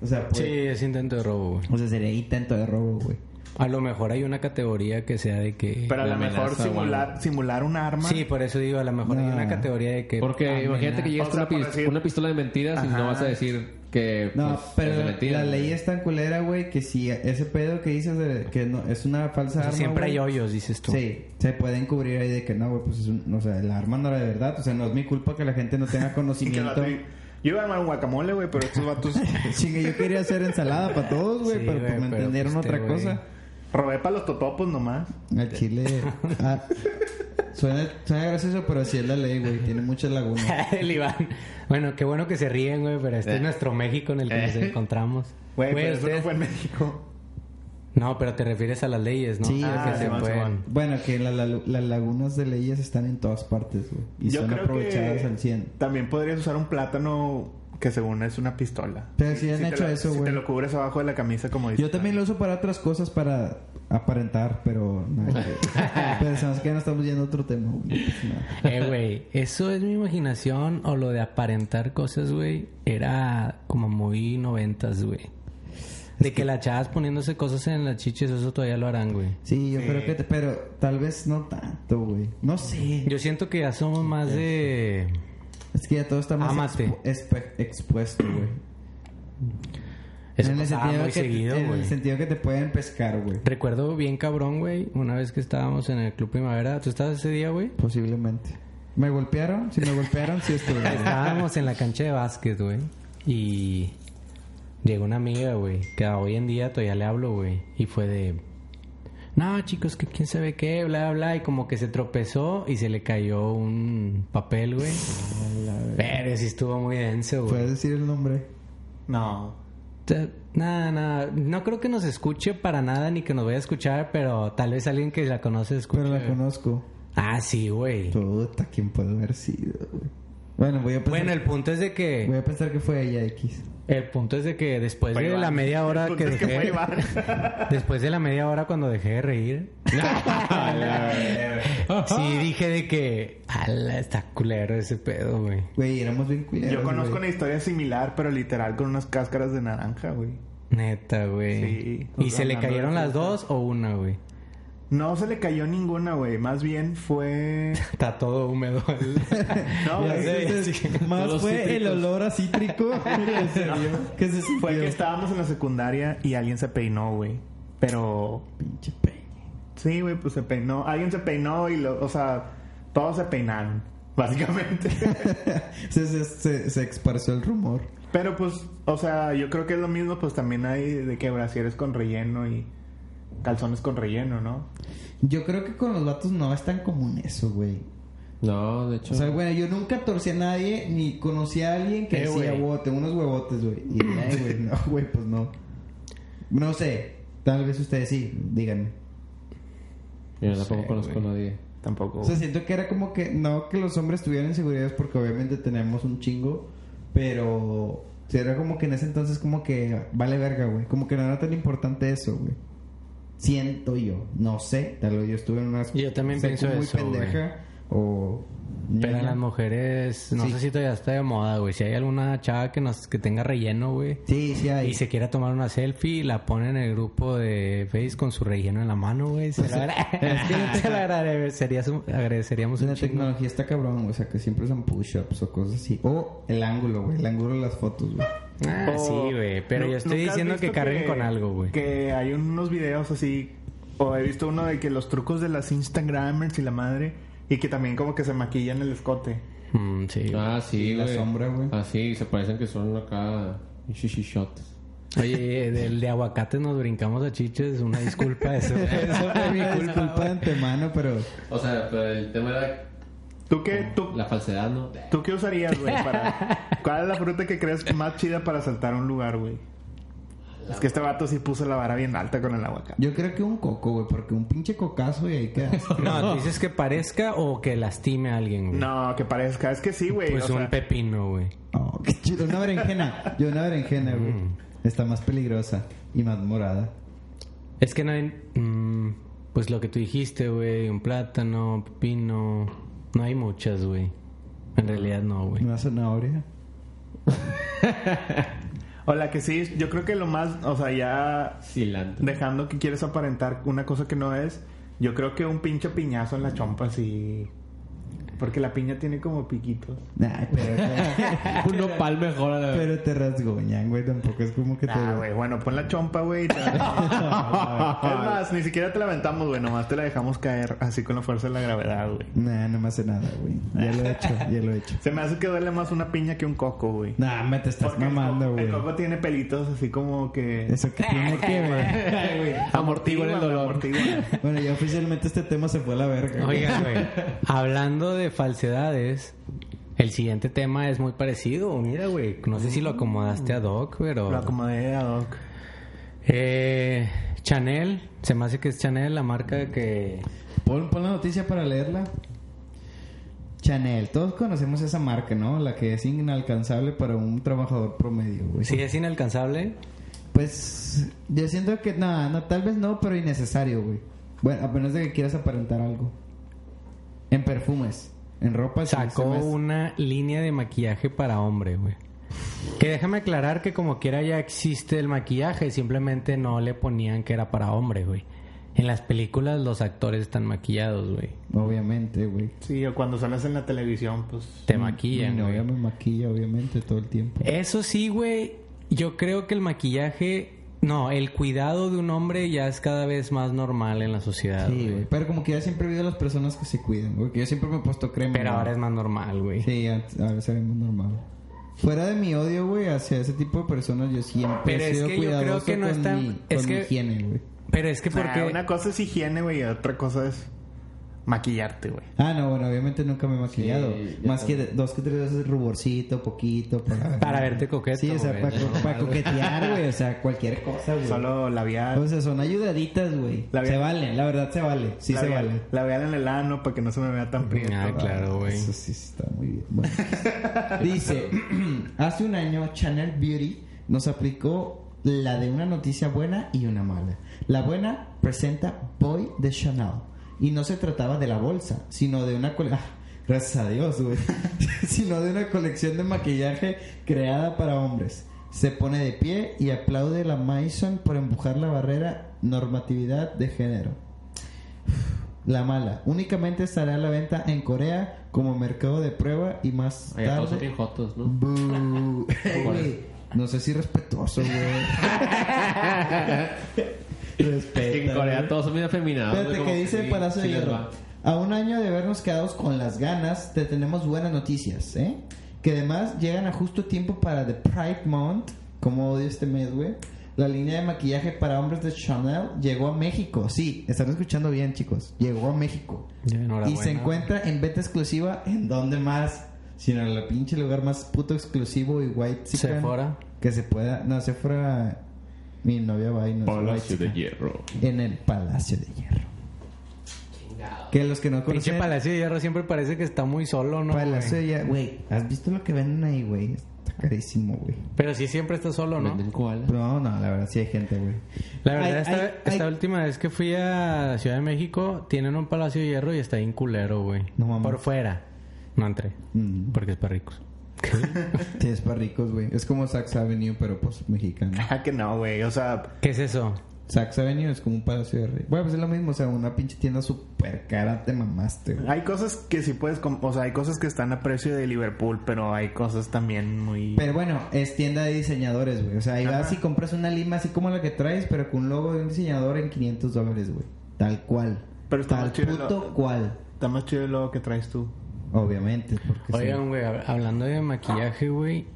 Speaker 4: O sea, pues,
Speaker 1: Sí, es intento de robo, güey.
Speaker 4: o sea, sería intento de robo, güey.
Speaker 1: A lo mejor hay una categoría que sea de que...
Speaker 3: Pero a
Speaker 2: La
Speaker 3: lo mejor
Speaker 2: amenaza o
Speaker 3: simular,
Speaker 2: algo.
Speaker 3: simular un arma.
Speaker 1: Sí, por eso digo, a lo mejor hay
Speaker 4: Nah.
Speaker 1: una categoría de que... "Ah,
Speaker 2: Porque
Speaker 4: ah,
Speaker 2: imagínate que llegas
Speaker 3: O sea,
Speaker 2: con una,
Speaker 3: por
Speaker 2: pis-
Speaker 3: decir-
Speaker 2: una pistola de mentiras y
Speaker 3: Ajá.
Speaker 2: no vas a decir que
Speaker 4: No,
Speaker 2: pues,
Speaker 4: pero
Speaker 2: es de
Speaker 4: la,
Speaker 2: mentiras,
Speaker 4: la ley
Speaker 2: güey.
Speaker 4: es tan culera, güey, que si ese pedo que dices de que no, es una falsa
Speaker 1: O sea,
Speaker 4: arma,
Speaker 1: siempre
Speaker 4: güey,
Speaker 1: hay hoyos, dices tú.
Speaker 4: Sí, se pueden cubrir ahí de que no, güey, pues es un, o sea, el arma no era de verdad, o sea, no es mi culpa que la gente no tenga
Speaker 3: Y que la
Speaker 4: conocimiento.
Speaker 3: tri- Yo iba a armar un guacamole, güey, pero estos vatos...
Speaker 4: Chingue, yo quería hacer ensalada para todos, güey,
Speaker 1: Sí,
Speaker 4: pero
Speaker 1: güey,
Speaker 4: pues me
Speaker 1: pero
Speaker 4: entendieron
Speaker 1: pues,
Speaker 4: otra
Speaker 1: este,
Speaker 4: cosa.
Speaker 3: Robé para los totopos nomás.
Speaker 4: Al chile ah, suena, suena gracioso, pero así es la ley, güey, tiene muchas lagunas.
Speaker 1: el Iván. Bueno, qué bueno que se ríen, güey, pero este es nuestro México en el que nos encontramos.
Speaker 3: Güey, pero eso
Speaker 1: ustedes-
Speaker 3: no fue en México.
Speaker 1: No, pero te refieres a las leyes, ¿no?
Speaker 4: Sí,
Speaker 1: Ah,
Speaker 4: o sea,
Speaker 1: que se
Speaker 3: Simón,
Speaker 1: pueden.
Speaker 3: Simón.
Speaker 4: Bueno, que la- la- las lagunas de leyes están en todas partes, güey, y
Speaker 3: Yo
Speaker 4: son
Speaker 3: creo
Speaker 4: aprovechadas
Speaker 3: que
Speaker 4: al 100.
Speaker 3: También podrías usar un plátano que según es una pistola.
Speaker 4: Pero si han
Speaker 3: te
Speaker 4: hecho
Speaker 3: lo-
Speaker 4: eso,
Speaker 3: si
Speaker 4: güey.
Speaker 3: te lo cubres abajo de la camisa, como dices.
Speaker 4: Yo también lo uso para otras cosas para aparentar, pero nada que- pero sabes que ya nos estamos yendo a otro tema, güey. pues, nada.
Speaker 1: Eh, güey, eso es mi imaginación o lo de aparentar cosas, güey, era como muy noventas, güey. De que las chavas poniéndose cosas en las chiches, eso todavía lo harán, güey.
Speaker 4: Sí, yo creo que... te- pero tal vez no tanto, güey. No sé.
Speaker 1: Yo siento que ya somos más de...
Speaker 4: Es que ya todo está más
Speaker 1: Ámate.
Speaker 4: expu- expu- expuesto, güey.
Speaker 1: Eso pasaba muy
Speaker 4: que
Speaker 1: seguido,
Speaker 4: en
Speaker 1: güey.
Speaker 4: el sentido que te pueden pescar, güey.
Speaker 1: Recuerdo bien cabrón, güey, una vez que estábamos en el Club Primavera. ¿Tú estabas ese día, güey?
Speaker 4: Posiblemente. ¿Me golpearon? Si me golpearon, sí estuve. güey.
Speaker 1: Estábamos en la cancha de básquet, güey. Y llegó una amiga, güey, que hoy en día todavía le hablo, güey. Y fue de... No, chicos, que quién sabe qué, bla, bla, bla. Y como que se tropezó y se le cayó un papel, güey. Pero sí estuvo muy denso, güey.
Speaker 4: ¿Puedes decir el nombre?
Speaker 3: No.
Speaker 1: Ta- Nada, nada. No creo que nos escuche para nada ni que nos vaya a escuchar, pero tal vez alguien que la conoce escuche.
Speaker 4: Pero la conozco.
Speaker 1: Ah, sí, güey.
Speaker 4: Puta, ¿quién puede haber sido, güey? Bueno, voy a pensar...
Speaker 1: Bueno, eh. el punto es de
Speaker 4: Voy
Speaker 1: que...
Speaker 4: a pensar que fue ella X.
Speaker 1: El punto es de que después de
Speaker 3: Iván.
Speaker 1: la media hora que
Speaker 3: Entonces, ¿qué
Speaker 1: dejé...
Speaker 3: fue, Iván?
Speaker 1: Después de la media hora cuando dejé de reír, sí dije de que ala, está culero ese pedo, güey.
Speaker 4: Güey, éramos bien cuidados,
Speaker 3: Yo conozco una historia similar, pero literal con unas cáscaras de naranja, güey.
Speaker 1: Neta, güey.
Speaker 3: Sí.
Speaker 1: ¿Y se le
Speaker 3: Hablando
Speaker 1: cayeron
Speaker 3: de
Speaker 1: las dos o una, güey?
Speaker 3: No se le cayó ninguna, güey. Más bien fue.
Speaker 1: Está todo húmedo.
Speaker 3: No,
Speaker 4: Ya
Speaker 3: güey.
Speaker 4: sé, entonces, más
Speaker 2: Todos
Speaker 4: fue
Speaker 2: cítricos.
Speaker 4: el olor a cítrico que se dio, que se sintió.
Speaker 3: Fue que estábamos en la secundaria y alguien se peinó, güey. Pero.
Speaker 4: Pinche peine.
Speaker 3: Sí, güey, pues se peinó. Alguien se peinó y, lo, o sea, todos se peinaron, básicamente.
Speaker 4: se, se, se, se esparció el rumor.
Speaker 3: Pero pues, o sea, yo creo que es lo mismo, pues también hay de que brasieres con relleno y calzones con relleno, ¿no?
Speaker 4: Yo creo que con los vatos no es tan común eso, güey.
Speaker 2: No, de hecho.
Speaker 4: O sea, bueno, yo nunca torcí a nadie ni conocí a alguien que
Speaker 1: Eh,
Speaker 4: decía,
Speaker 1: güey.
Speaker 4: "Wow, tengo unos huevotes, güey. Y ay, güey, no, güey, pues no. No sé. Tal vez ustedes sí, díganme.
Speaker 2: yo tampoco conozco a nadie.
Speaker 3: Tampoco.
Speaker 4: O sea, siento que era como que no que los hombres tuvieran inseguridades porque obviamente tenemos un chingo, pero sí era como que en ese entonces como que vale verga, güey, como que no era tan importante eso, güey. Siento yo, no sé, tal vez yo estuve en una
Speaker 1: Yo también
Speaker 4: secu
Speaker 1: pienso
Speaker 4: muy
Speaker 1: eso,
Speaker 4: pendeja o
Speaker 1: Pero
Speaker 4: ñoña.
Speaker 1: en las mujeres, no
Speaker 4: Sí.
Speaker 1: sé si todavía está de moda, güey. Si hay alguna chava que nos que tenga relleno, güey.
Speaker 4: Sí, sí hay.
Speaker 1: Y se quiera tomar una selfie, la pone en el grupo de Face con su relleno en la mano, güey. Se lo
Speaker 4: es que la
Speaker 1: agra-
Speaker 4: tec-
Speaker 1: se lo agradecerías un- agradeceríamos un
Speaker 4: La
Speaker 1: chingo.
Speaker 4: tecnología está cabrón, güey, o sea, que siempre son push-ups o cosas así. O el ángulo, güey, el ángulo de las fotos, güey.
Speaker 1: Ah,
Speaker 3: O-
Speaker 1: sí, güey. Pero
Speaker 3: ¿Nu-
Speaker 1: yo estoy
Speaker 3: Oh, nunca has
Speaker 1: diciendo que
Speaker 3: visto
Speaker 1: carguen con algo, güey.
Speaker 3: Que hay unos videos así, o he visto uno de que los trucos de las Instagramers y la madre, y que también como que se maquillan el escote.
Speaker 1: Mm, sí. güey.
Speaker 2: Ah, sí,
Speaker 4: Y la
Speaker 2: güey.
Speaker 4: sombra, güey.
Speaker 2: Ah, sí, se parecen que son acá. Shishi shots.
Speaker 1: Oye, del de aguacate nos brincamos a chiches. Una disculpa, eso.
Speaker 4: Eso fue mi culpa de antemano, pero
Speaker 2: O sea, pero el tema era
Speaker 3: ¿Tú qué,
Speaker 4: Ah.
Speaker 3: tú,
Speaker 2: la falsedad, ¿no?
Speaker 3: tú qué usarías, güey? Para, ¿Cuál es la fruta que crees más chida para saltar a un lugar, güey? Es que este vato sí puso la vara bien alta con el aguacate.
Speaker 4: Yo creo que un coco, güey, porque un pinche cocazo y ahí quedas.
Speaker 1: No, ¿tú dices que parezca o que lastime a alguien, güey.
Speaker 3: No, que parezca. Es que sí, güey.
Speaker 1: Pues
Speaker 3: o
Speaker 1: un
Speaker 3: sea,
Speaker 1: pepino, güey.
Speaker 4: Oh, qué chido. Una berenjena. Yo una berenjena, güey. Está más peligrosa y más morada.
Speaker 1: Es que no hay... mm, pues lo que tú dijiste, güey. Un plátano, pepino... No hay muchas, güey. En realidad no, güey.
Speaker 4: Una zanahoria.
Speaker 3: O la que sí, yo creo que lo más, o sea, ya
Speaker 2: Cilantro.
Speaker 3: dejando que quieres aparentar una cosa que no es, yo creo que un pinche piñazo en la chompa sí. Porque la piña tiene como piquitos.
Speaker 4: Nah, pero te,
Speaker 2: Uno pal mejor a la
Speaker 4: pero te rasgoñan, güey. Tampoco es como que te.
Speaker 3: Ah, güey, bueno, pon la chompa, güey. y te- es más, ni siquiera te la aventamos, güey, nomás te la dejamos caer así con la fuerza de la gravedad, güey.
Speaker 4: Nah, no me hace nada, güey. Ya lo he hecho, ya lo he hecho.
Speaker 3: Se me hace que duele más una piña que un coco, güey.
Speaker 4: Nah, me te estás
Speaker 3: Porque el
Speaker 4: mamando,
Speaker 3: co-
Speaker 4: güey.
Speaker 3: El coco tiene pelitos así como que.
Speaker 4: Eso que tiene que ver.
Speaker 2: Amortigua el dolor.
Speaker 3: amortigua.
Speaker 4: Bueno, ya oficialmente este tema se fue a la verga. güey.
Speaker 1: Oigan, güey. hablando de falsedades, el siguiente tema es muy parecido. Mira, güey. No sé si lo acomodaste a Doc, pero.
Speaker 3: Lo acomodé a Doc.
Speaker 1: Eh, Chanel, se me hace que es Chanel la marca que.
Speaker 4: Pon, pon la noticia para leerla. Chanel, todos conocemos esa marca, ¿no? La que es inalcanzable para un trabajador promedio, güey.
Speaker 1: Sí, es inalcanzable.
Speaker 4: Pues yo siento que nada, no, tal vez no, pero innecesario, güey. Bueno, a menos de que quieras aparentar algo. En perfumes, en ropa. sí,
Speaker 1: Sacó
Speaker 4: se me hace-
Speaker 1: una línea de maquillaje para hombre, güey. Que déjame aclarar que como quiera ya existe el maquillaje, simplemente no le ponían que era para hombre, güey. En las películas los actores están maquillados, güey.
Speaker 4: Obviamente, güey.
Speaker 3: Sí, o cuando sales en la televisión, pues.
Speaker 4: Mm,
Speaker 1: Te maquillan,
Speaker 4: Mi
Speaker 1: güey.
Speaker 4: novia me maquilla, obviamente, todo el tiempo.
Speaker 1: Eso sí, güey. Yo creo que el maquillaje. No, el cuidado de un hombre ya es cada vez más normal en la sociedad.
Speaker 4: Sí,
Speaker 1: güey.
Speaker 4: güey. Pero como que yo siempre he visto a las personas que se cuidan, güey. Que yo siempre me he puesto crema.
Speaker 1: Pero
Speaker 4: güey.
Speaker 1: ahora es más normal, güey.
Speaker 4: Sí, antes- ahora se ve muy normal. Fuera de mi odio, güey, hacia ese tipo de personas, yo siempre
Speaker 1: Pero
Speaker 4: he
Speaker 1: es
Speaker 4: sido
Speaker 1: que yo creo
Speaker 4: cuidadoso
Speaker 1: que no
Speaker 4: con,
Speaker 1: está-
Speaker 4: mi,
Speaker 1: es
Speaker 4: con
Speaker 1: que-
Speaker 4: mi higiene, güey.
Speaker 1: Pero es que porque.
Speaker 3: Nah, una cosa es higiene, güey, y otra cosa es maquillarte, güey.
Speaker 4: Ah, no, bueno, obviamente nunca me he maquillado.
Speaker 2: Sí, ya
Speaker 4: Más que de- dos que tres veces ruborcito, poquito. Para,
Speaker 1: Para verte coqueto,
Speaker 4: Sí, o sea,
Speaker 1: güey.
Speaker 4: para, coquetear, güey. O sea, cualquier cosa, güey.
Speaker 3: Solo labial.
Speaker 4: O sea, son ayudaditas, güey.
Speaker 3: La
Speaker 4: Se
Speaker 3: vida-
Speaker 4: vale, la verdad se vale. Sí se
Speaker 3: labial,
Speaker 4: vale.
Speaker 3: Labial en el ano para que no se me vea tan prieto.
Speaker 1: Ah, claro, güey.
Speaker 4: Eso sí está muy bien. Bueno. dice, hace un año Channel Beauty nos aplicó la de una noticia buena y una mala. La buena presenta Boy de Chanel. Y no se trataba de la bolsa, sino de una colección... gracias a Dios, güey. sino de una colección de maquillaje creada para hombres. Se pone de pie y aplaude a la Mason por empujar la barrera normatividad de género. La mala. Únicamente estará a la venta en Corea como mercado de prueba y más
Speaker 2: Ay, todos son
Speaker 4: tarde.
Speaker 2: bien jotos, ¿no?
Speaker 4: Bú. Ey, güey, No sé si respetuoso, güey. Respeta.
Speaker 2: En
Speaker 4: güey.
Speaker 2: Corea todos son bien afeminados. güey,
Speaker 4: Espérate,
Speaker 2: como
Speaker 4: que dice
Speaker 2: sí,
Speaker 4: Palacio de
Speaker 2: sí les
Speaker 4: Hierro.
Speaker 2: va.
Speaker 4: A un año de vernos quedados con las ganas, te tenemos buenas noticias, ¿eh? Que además llegan a justo tiempo para The Pride Month, como odio este mes, güey. La línea de maquillaje para hombres de Chanel llegó a México. Sí, están escuchando bien, chicos. Llegó a México.
Speaker 1: Ya,
Speaker 4: Y
Speaker 1: enhorabuena.
Speaker 4: se encuentra en beta exclusiva en donde más, sino en el pinche lugar más puto exclusivo y white chican
Speaker 1: Sephora.
Speaker 4: que se pueda. No, Sephora. Mi novia va y no es white
Speaker 2: Palacio de
Speaker 4: chican.
Speaker 2: Hierro.
Speaker 4: En el Palacio de Hierro. Que los que no
Speaker 1: Pinche
Speaker 4: conocen
Speaker 1: Palacio de Hierro siempre parece que está muy solo, ¿no?
Speaker 4: Palacio
Speaker 1: güey?
Speaker 4: de Hierro, güey, ¿has visto lo que venden ahí, güey? Está carísimo, güey.
Speaker 1: Pero sí siempre está solo, ¿no?
Speaker 2: Venden koala.
Speaker 4: No, no, la verdad sí hay gente, güey.
Speaker 1: La verdad, esta,
Speaker 4: Ay, ay,
Speaker 1: esta
Speaker 4: ay.
Speaker 1: última vez que fui a Ciudad de México, tienen un Palacio de Hierro y está bien culero, güey.
Speaker 4: No mames.
Speaker 1: Por fuera. No entré.
Speaker 4: Mm. pues,
Speaker 1: Porque es para ricos.
Speaker 4: Sí, es para ricos, güey. Es como Saks Avenue, pero pues mexicano.
Speaker 3: Ah, que no, güey. O sea,
Speaker 1: ¿Qué es eso?
Speaker 4: Saks Avenue es como un palacio de rey. Bueno, pues es lo mismo, o sea, una pinche tienda super cara, te mamaste, güey.
Speaker 3: hay cosas que sí puedes. com- O sea, hay cosas que están a precio de Liverpool, pero hay cosas también muy.
Speaker 4: Pero bueno, es tienda de diseñadores, güey. O sea, ahí vas
Speaker 3: Ajá.
Speaker 4: y compras una lima así como la que traes, pero con un logo de un diseñador en 500 dólares, güey. Tal cual.
Speaker 3: Pero está
Speaker 4: Tal
Speaker 3: más chido el
Speaker 4: puto
Speaker 3: logo.
Speaker 4: cual.
Speaker 3: Está más chido el logo que traes tú.
Speaker 4: Obviamente, porque
Speaker 1: Oigan, güey, hab- hablando de maquillaje, güey.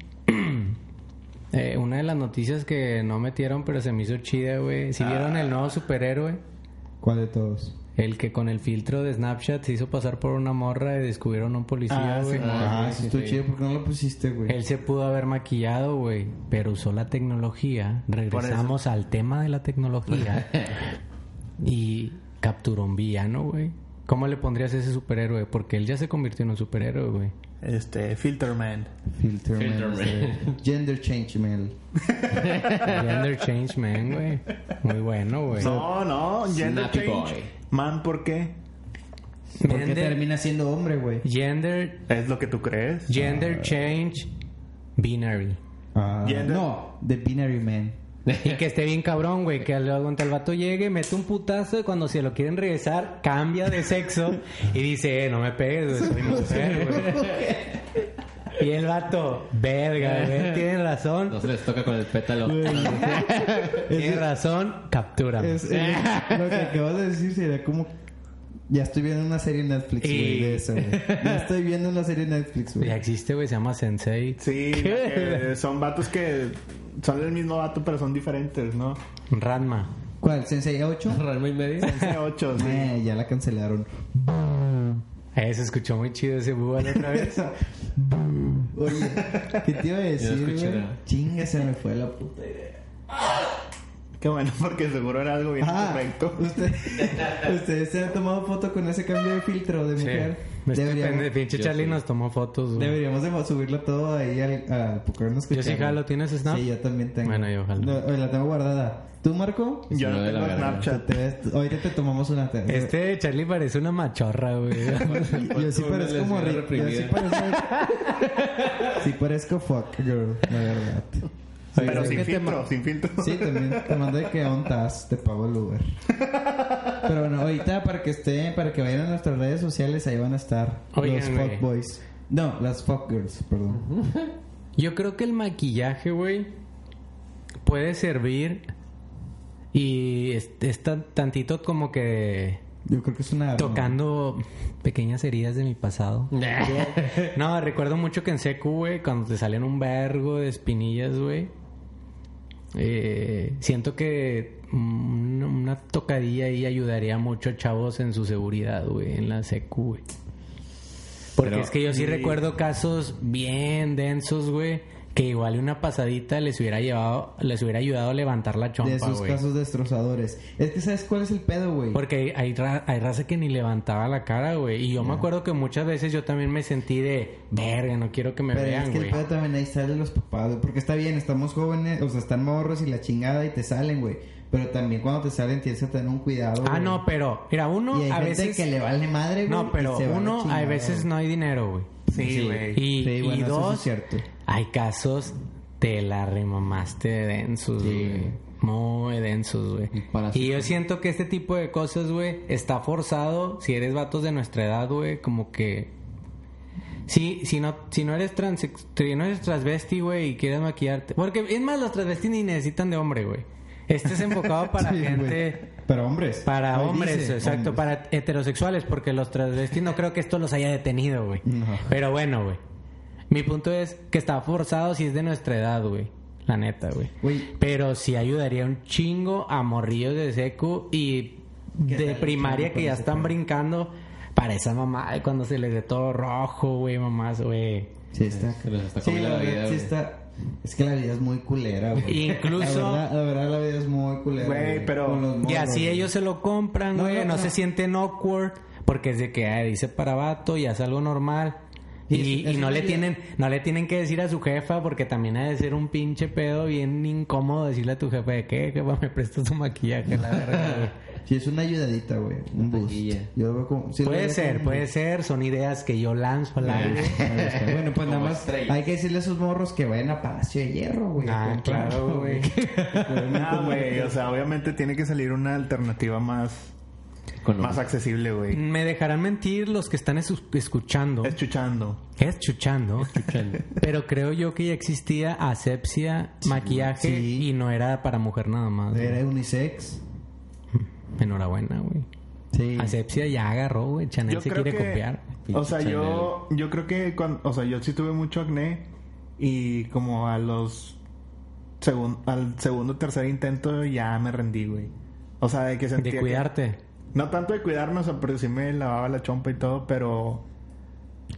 Speaker 1: eh, una de las noticias Ah. que no metieron, pero se me hizo chida, güey. Si vieron el nuevo superhéroe,
Speaker 4: sí. ¿Cuál de todos?
Speaker 1: El que con el filtro de Snapchat se hizo pasar por una morra y descubrieron a un policía,
Speaker 3: Ah,
Speaker 1: güey.
Speaker 3: sí,
Speaker 4: Ah, eso estuvo
Speaker 1: sí.
Speaker 4: chido porque no lo pusiste, güey.
Speaker 1: Él se pudo haber maquillado, güey, pero usó la tecnología. Regresamos al tema de la tecnología. y capturó un villano, güey. ¿Cómo le pondrías a ese superhéroe? Porque él ya se convirtió en un superhéroe, güey.
Speaker 3: Este, Filterman.
Speaker 4: Filter Man,
Speaker 2: Filter
Speaker 4: o sea, Gender Change Mail.
Speaker 1: Gender Change Man, güey. Muy bueno, güey.
Speaker 3: No, no, Gender
Speaker 2: Snappy
Speaker 3: Change.
Speaker 2: Boy.
Speaker 3: Man, ¿por qué?
Speaker 4: Porque
Speaker 1: Gender,
Speaker 4: termina siendo hombre, güey.
Speaker 1: gender,
Speaker 3: ¿Es lo que tú crees?
Speaker 1: gender Change Binary.
Speaker 4: Ah,
Speaker 3: Gender-
Speaker 4: no, The Binary Man.
Speaker 1: Y que esté bien cabrón, güey, que luego cuando el vato llegue, mete un putazo y cuando se lo quieren regresar, cambia de sexo y dice, eh, no me pegues, güey, soy mujer, güey. Y el vato, verga, güey, tiene razón,
Speaker 2: No se les toca con el pétalo.
Speaker 1: tiene razón, captura.
Speaker 4: Es- es- Este, lo que acabas de decir sería como... Ya estoy viendo una serie en Netflix, güey,
Speaker 1: Y-
Speaker 4: de eso, güey. Ya estoy viendo una serie en Netflix, güey.
Speaker 1: Ya existe, güey, se llama Sensei.
Speaker 3: Sí, la que son vatos que son el mismo vato, pero son diferentes, ¿no?
Speaker 1: Ranma.
Speaker 4: ¿Cuál? ¿Sensei 8?
Speaker 2: Ranma y medio.
Speaker 3: Ese 8, sí.
Speaker 4: Eh, ya la cancelaron. Ah.
Speaker 1: Eh, se escuchó muy chido ese búho la otra vez.
Speaker 4: Oye, ¿qué te iba a decir,
Speaker 2: escuché
Speaker 4: güey?
Speaker 2: nada.
Speaker 4: Chinga, se me fue la puta idea.
Speaker 3: Qué bueno, porque seguro era algo bien
Speaker 4: Ah,
Speaker 3: correcto.
Speaker 4: usted- ustedes se han tomado foto con ese cambio de filtro de
Speaker 1: Sí.
Speaker 4: mujer.
Speaker 1: Me estoy pende-
Speaker 4: Deberíamos,
Speaker 1: Pinche
Speaker 2: Yo
Speaker 1: Charlie
Speaker 2: sí.
Speaker 1: nos tomó fotos, güey.
Speaker 4: deberíamos de subirlo todo ahí al, al Poker No
Speaker 1: Yo
Speaker 4: Escuchamos.
Speaker 1: sí jalo, ¿tienes Snap?
Speaker 4: Sí, yo también tengo.
Speaker 1: Bueno, yo jalo.
Speaker 4: No, oye, la tengo guardada. ¿Tú, Marco?
Speaker 3: Yo no
Speaker 2: no de la
Speaker 3: tengo
Speaker 2: verga.
Speaker 3: Snapchat.
Speaker 4: Te ves- ahorita te tomamos una. te-
Speaker 1: Este Charlie parece una machorra, güey.
Speaker 4: Yo sí
Speaker 2: Una
Speaker 4: parezco
Speaker 2: lesbiana
Speaker 4: morri- Yo sí
Speaker 2: reprimida.
Speaker 4: parezco. sí parezco fuck girl, la verdad.
Speaker 3: Pero
Speaker 1: sí
Speaker 3: sin
Speaker 1: que te
Speaker 3: filtro,
Speaker 1: ma-
Speaker 3: sin filtro.
Speaker 4: Sí, también te mando de que a un TAS te pago el Uber. Pero bueno, ahorita para que esté, para que vayan a nuestras redes sociales, ahí van a estar
Speaker 1: Oigan,
Speaker 4: los
Speaker 1: güey.
Speaker 4: fuck boys. No, las fuck girls, perdón.
Speaker 1: Yo creo que el maquillaje, güey, puede servir y es, es tan- tantito como que
Speaker 4: Yo creo que es una arma.
Speaker 1: tocando pequeñas heridas de mi pasado. No, recuerdo mucho que en secu, güey, cuando te salían un vergo de espinillas, güey. eh, siento que un- una tocadilla ahí ayudaría mucho a chavos en su seguridad, güey, en la secu, güey. Porque
Speaker 2: Pero-
Speaker 1: es que yo sí
Speaker 3: Sí.
Speaker 1: recuerdo casos bien densos, güey, que igual una pasadita les hubiera llevado, les hubiera ayudado a levantar la
Speaker 4: de
Speaker 1: chompa,
Speaker 4: esos
Speaker 1: güey.
Speaker 4: casos destrozadores. Es que sabes cuál es el pedo, güey.
Speaker 1: Porque hay, hay, ra- hay raza que ni levantaba la cara, güey. Y yo me acuerdo que muchas veces yo también me sentí de, verga, no quiero que me
Speaker 4: Pero es
Speaker 1: vean,
Speaker 4: que
Speaker 1: güey.
Speaker 4: el pedo también ahí salen los papás, güey. Porque está bien, estamos jóvenes, o sea, están morros y la chingada y te salen, güey. Pero también cuando te salen tienes que tener un cuidado.
Speaker 1: Ah,
Speaker 4: güey.
Speaker 1: no, pero, mira, uno
Speaker 4: Y hay
Speaker 1: a
Speaker 4: gente
Speaker 1: veces...
Speaker 4: que le vale madre, güey.
Speaker 1: No, pero
Speaker 4: y se va a la
Speaker 1: uno, a
Speaker 4: chingada,
Speaker 1: veces
Speaker 4: güey.
Speaker 1: no hay dinero, güey.
Speaker 3: Sí, güey.
Speaker 1: Y,
Speaker 4: Sí,
Speaker 1: y
Speaker 4: bueno, eso sí
Speaker 1: dos,
Speaker 4: es cierto.
Speaker 1: hay casos, te la remamaste de densos,
Speaker 4: Sí,
Speaker 1: güey.
Speaker 4: güey.
Speaker 1: Muy densos, güey.
Speaker 2: Y para
Speaker 1: Y yo siento que este tipo de cosas, güey, está forzado. Si eres vatos de nuestra edad, güey, como que... Si, si, no, si no eres trans, si no eres transvesti, güey, y quieres maquillarte... Porque, es más, los transvestis ni necesitan de hombre, güey. Este es enfocado para
Speaker 4: Sí,
Speaker 1: gente...
Speaker 4: güey. Para hombres.
Speaker 1: Para
Speaker 4: Ahí
Speaker 1: hombres,
Speaker 4: dice,
Speaker 1: exacto,
Speaker 4: hombres.
Speaker 1: para heterosexuales, porque los transvestis no creo que esto los haya detenido, güey.
Speaker 4: No.
Speaker 1: Pero bueno, güey. Mi punto es que está forzado si es de nuestra edad, güey. La neta, güey.
Speaker 4: Güey.
Speaker 1: Pero sí ayudaría un chingo a morrillos de secu y
Speaker 4: Que
Speaker 1: de
Speaker 4: están
Speaker 1: primaria que
Speaker 4: luchando por
Speaker 1: ya
Speaker 4: ese
Speaker 1: están
Speaker 4: pedo.
Speaker 1: brincando para esa mamá de cuando se les dé todo rojo, güey, mamás, güey.
Speaker 4: Sí, está.
Speaker 2: Se los está
Speaker 4: sí,
Speaker 2: comiendo
Speaker 4: la
Speaker 2: la
Speaker 4: verdad,
Speaker 2: vida,
Speaker 4: sí
Speaker 2: güey.
Speaker 4: está. Es que la vida es muy culera, güey.
Speaker 1: Incluso-
Speaker 4: La verdad, la verdad, la vida es muy culera.
Speaker 3: Güey, pero-
Speaker 4: Con los
Speaker 1: Y
Speaker 4: morros,
Speaker 1: así
Speaker 4: güey.
Speaker 1: ellos se lo compran,
Speaker 4: No,
Speaker 1: güey. No,
Speaker 4: no, no.
Speaker 1: se sienten awkward porque es de que ah, dice para vato y hace algo normal.
Speaker 4: Y
Speaker 1: Y,
Speaker 4: es-
Speaker 1: y
Speaker 4: es
Speaker 1: no
Speaker 4: una
Speaker 1: le
Speaker 4: vida-
Speaker 1: tienen no le tienen que decir a su jefa porque también ha de ser un pinche pedo bien incómodo decirle a tu jefa de que jefa me prestas tu maquillaje la verga. güey".
Speaker 4: Sí, es una ayudadita, güey. Un boost.
Speaker 2: Taquilla.
Speaker 4: Yo lo veo como- sí, lo
Speaker 1: puede
Speaker 4: veo
Speaker 1: ser,
Speaker 4: como-
Speaker 1: puede ser, son ideas que yo lanzo al aire.
Speaker 4: Me gusta. Bueno, pues nada
Speaker 2: Como
Speaker 4: más
Speaker 2: estrellas.
Speaker 4: hay que decirle a esos morros que vayan a Palacio de Hierro, güey. a
Speaker 1: Ah,
Speaker 4: comprar,
Speaker 1: claro, güey.
Speaker 3: No, Ah, güey, o sea, obviamente tiene que salir una alternativa más,
Speaker 2: Con
Speaker 3: más accesible, güey.
Speaker 1: Me dejarán mentir los que están es- escuchando.
Speaker 3: Escuchando.
Speaker 1: Es chuchando. Pero creo yo que ya existía asepsia, maquillaje
Speaker 4: sí.
Speaker 1: y no era para mujer nada más. güey.
Speaker 4: Era unisex.
Speaker 1: Enhorabuena, güey.
Speaker 4: Sí.
Speaker 1: Asepsia ya agarró, güey. Chanel se quiere copiar.
Speaker 3: O sea, yo, yo creo que cuando, o sea, yo sí tuve mucho acné y como a los segun- al segundo tercer intento ya me rendí, güey. O sea, de que sentía
Speaker 1: De
Speaker 3: que-
Speaker 1: cuidarte.
Speaker 3: No tanto de cuidarme, o sea, pero sí me lavaba la chompa y todo, pero.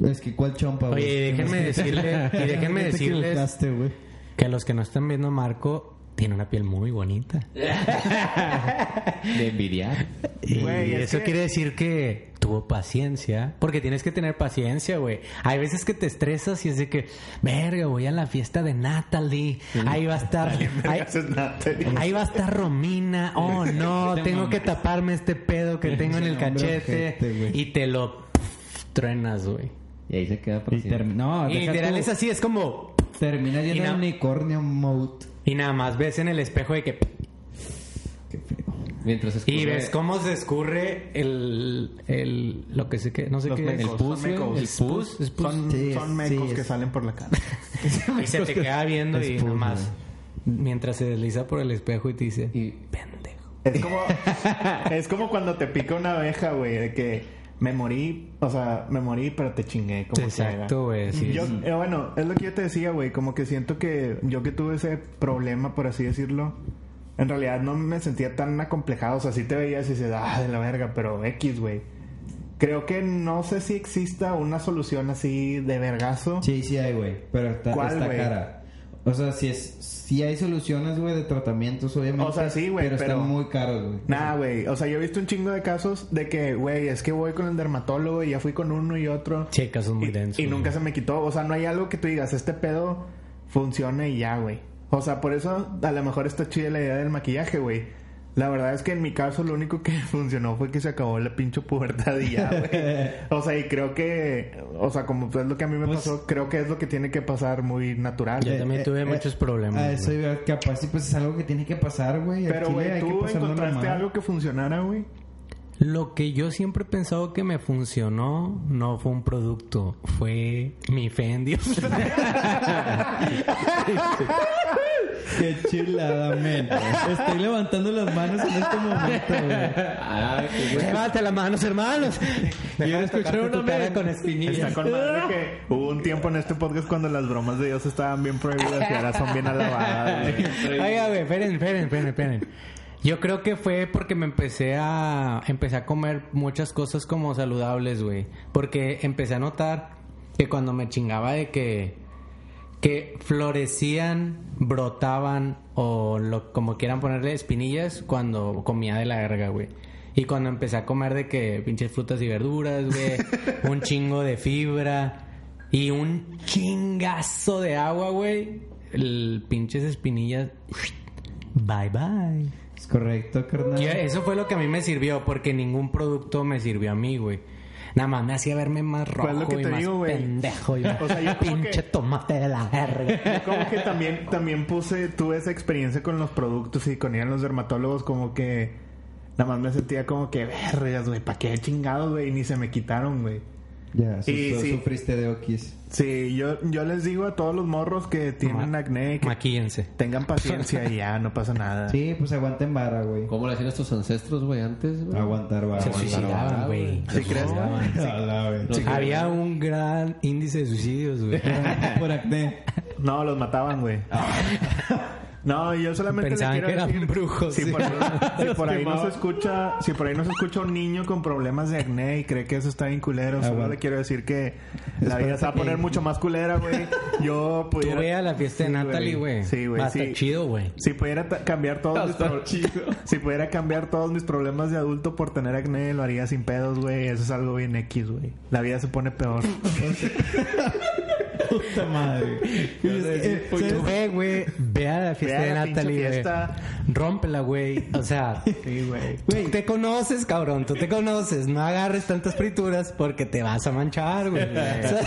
Speaker 4: Es que, ¿cuál chompa, güey?
Speaker 1: Oye, y déjenme decirle- y déjenme
Speaker 4: Te
Speaker 1: decirles-
Speaker 4: equivocaste, güey.
Speaker 1: Que los que no están viendo a Marco tiene una piel muy bonita.
Speaker 2: De envidiar.
Speaker 1: Y
Speaker 3: Güey, es
Speaker 1: eso
Speaker 3: que-
Speaker 1: quiere decir que tuvo paciencia. Porque tienes que tener paciencia, güey. Hay veces que te estresas y es de que, verga, voy a la fiesta de Natalie. Ahí va a estar. ahí,
Speaker 3: Haces nada, te-
Speaker 1: ahí va a estar Romina. Oh, no,
Speaker 2: Te
Speaker 1: tengo que
Speaker 2: mamaste.
Speaker 1: taparme este pedo que tengo en el
Speaker 4: hombre
Speaker 1: cachete.
Speaker 4: ojete, güey.
Speaker 1: Y te lo pff, truenas, güey.
Speaker 2: Y ahí se queda
Speaker 4: Y termi- No,
Speaker 3: Ah,
Speaker 1: Y
Speaker 4: deja
Speaker 1: literal
Speaker 4: tú.
Speaker 1: es así, es como.
Speaker 4: Termina
Speaker 1: Y
Speaker 4: yendo
Speaker 1: na-
Speaker 4: en unicornio mode.
Speaker 1: Y nada más ves en el espejo de que. pff,
Speaker 4: Qué feo.
Speaker 2: Mientras escurre
Speaker 3: Pues
Speaker 1: Y ves cómo se escurre el, el lo que sé que no sé
Speaker 3: Los
Speaker 1: qué
Speaker 3: mecos,
Speaker 1: el pus,
Speaker 3: son
Speaker 1: güey,
Speaker 3: mecos.
Speaker 1: el pus, es pus.
Speaker 3: Son,
Speaker 4: Sí,
Speaker 3: son
Speaker 4: sí,
Speaker 3: mecos
Speaker 4: es-
Speaker 3: que salen por la cara.
Speaker 1: y se te queda viendo y
Speaker 4: Es pus,
Speaker 1: nomás mientras se desliza por el espejo y te dice,
Speaker 2: Y-
Speaker 1: pendejo.
Speaker 3: Es como, es como cuando te pica una abeja, güey, de que me morí, o sea, me morí, pero te chingué. Como quiera.
Speaker 1: Exacto, güey, sí.
Speaker 3: Yo, eh, bueno, es lo que yo te decía, güey, como que siento que yo que tuve ese problema, por así decirlo, en realidad no me sentía tan acomplejado, o sea, sí te veías y dices, ah, de la verga, pero X, güey. Creo que no sé si exista una solución así de vergazo.
Speaker 4: Sí, sí hay, güey. Pero está,
Speaker 3: ¿Cuál,
Speaker 4: está
Speaker 3: güey?
Speaker 4: cara. O sea, si, es, si hay soluciones, güey, de tratamientos, obviamente.
Speaker 3: O sea, sí, güey,
Speaker 4: Pero,
Speaker 3: pero-
Speaker 4: están muy caros, güey.
Speaker 3: Nah, güey. O sea, yo he visto un chingo de casos de que, güey, es que voy con el dermatólogo y ya fui con uno y otro.
Speaker 1: Sí, casos muy
Speaker 3: y,
Speaker 1: densos.
Speaker 3: y nunca se me quitó. O sea, no hay algo que tú digas, este pedo funciona y ya, güey. O sea, por eso a lo mejor está chida la idea del maquillaje, güey. La verdad es que en mi caso lo único que funcionó fue que se acabó la pinche pubertad y ya, güey. O sea, y creo que, o sea, como es lo que a mí me
Speaker 4: Pues-
Speaker 3: pasó, creo que es lo que tiene que pasar muy natural.
Speaker 1: Yo
Speaker 4: Eh,
Speaker 1: también
Speaker 4: eh,
Speaker 1: tuve
Speaker 4: eh,
Speaker 1: muchos problemas,
Speaker 3: ah,
Speaker 4: A eso
Speaker 1: güey.
Speaker 4: iba, capaz, y pues es algo que tiene que pasar, güey. Al
Speaker 3: Pero,
Speaker 4: chile
Speaker 3: güey,
Speaker 4: hay que
Speaker 3: ¿tú
Speaker 4: pasarlo
Speaker 3: encontraste
Speaker 4: normal.
Speaker 3: algo que funcionara, güey?
Speaker 1: Lo que yo siempre he pensado que me funcionó no fue un producto, fue mi fe en Dios.
Speaker 4: Qué chilada, men. Estoy levantando las manos en este momento, güey.
Speaker 2: Ah, qué güey.
Speaker 1: Levante las manos, hermanos. Quiero escuchar una cara con
Speaker 3: Está
Speaker 1: espinillas.
Speaker 3: con madre que hubo un tiempo en este podcast cuando las bromas de Dios estaban bien prohibidas y ahora son bien alabadas. güey.
Speaker 1: Oiga, güey, esperen, esperen, esperen, esperen. Yo creo que fue porque me empecé a empecé a comer muchas cosas como saludables, güey, porque empecé a notar que cuando me chingaba de que que florecían, brotaban o lo, como quieran ponerle espinillas cuando comía de la verga, güey. Y cuando empecé a comer de que pinches frutas y verduras, güey, un chingo de fibra y un chingazo de agua, güey, el pinches espinillas bye bye.
Speaker 4: Es correcto, carnal.
Speaker 1: Y eso fue lo que a mí me sirvió porque ningún producto me sirvió a mí, güey. Nada más me hacía verme más rojo
Speaker 3: Pues lo que
Speaker 1: y
Speaker 3: te
Speaker 1: más
Speaker 3: digo, güey.
Speaker 1: pendejo y más
Speaker 3: O sea, yo como
Speaker 1: pinche
Speaker 3: que-
Speaker 1: tomate de la verga.
Speaker 3: Como que también, también puse, tuve esa experiencia con los productos y con ir a los dermatólogos, como que nada más me sentía como que vergas, güey, ¿para qué chingados, güey? Y ni se me quitaron, güey.
Speaker 4: Ya, su-
Speaker 3: Y
Speaker 4: su-
Speaker 3: sí.
Speaker 4: sufriste de okis.
Speaker 3: Sí, yo, yo les digo a todos los morros que tienen
Speaker 1: Ma-
Speaker 3: acné, que
Speaker 1: Maquíllense.
Speaker 3: tengan paciencia y ya, no pasa nada.
Speaker 4: Sí, pues aguanten vara, güey.
Speaker 2: ¿Cómo lo hacían nuestros ancestros, güey, antes, güey?
Speaker 4: Aguantar vara.
Speaker 1: Se
Speaker 4: aguantar
Speaker 1: suicidaban,
Speaker 4: vara.
Speaker 1: güey.
Speaker 3: ¿Sí
Speaker 1: Se
Speaker 3: crees?
Speaker 1: suicidaban.
Speaker 4: A la vez.
Speaker 2: Sí.
Speaker 1: Había un gran índice de suicidios, güey.
Speaker 4: Por acné.
Speaker 3: No, los mataban, güey. No, yo solamente
Speaker 1: Pensaban
Speaker 3: le quiero
Speaker 1: que eran
Speaker 3: decir-
Speaker 1: brujos,
Speaker 3: Si
Speaker 1: sí.
Speaker 3: por, si por ahí no
Speaker 2: Quemaban.
Speaker 3: se escucha, si por ahí no se escucha un niño con problemas de acné y cree que eso está bien
Speaker 1: Ah,
Speaker 3: culero, solo
Speaker 4: bueno.
Speaker 3: le quiero decir que la vida se va a
Speaker 4: que-
Speaker 3: poner mucho más culera, güey. Yo
Speaker 1: Tú
Speaker 3: pudiera
Speaker 1: ve a la fiesta de
Speaker 3: Sí,
Speaker 1: Natalie, güey.
Speaker 3: Sí,
Speaker 1: Va a
Speaker 3: güey.
Speaker 1: estar
Speaker 3: sí.
Speaker 1: chido, güey.
Speaker 3: Si pudiera ta- cambiar todos mis pro- si pudiera cambiar todos mis problemas de adulto por tener acné, lo haría sin pedos, güey. Eso es algo bien X, güey. La vida se pone peor.
Speaker 4: Puta madre. Eh, ¿sabes?
Speaker 1: Tú ve, güey. Ve a la fiesta
Speaker 3: Ve a
Speaker 1: de
Speaker 3: la pinche
Speaker 1: Natalie, güey.
Speaker 3: fiesta.
Speaker 1: Rómpela, güey. O sea,
Speaker 3: Sí, güey.
Speaker 1: Tú te conoces, cabrón, tú te conoces. No agarres tantas frituras porque te vas a manchar, güey. O sea,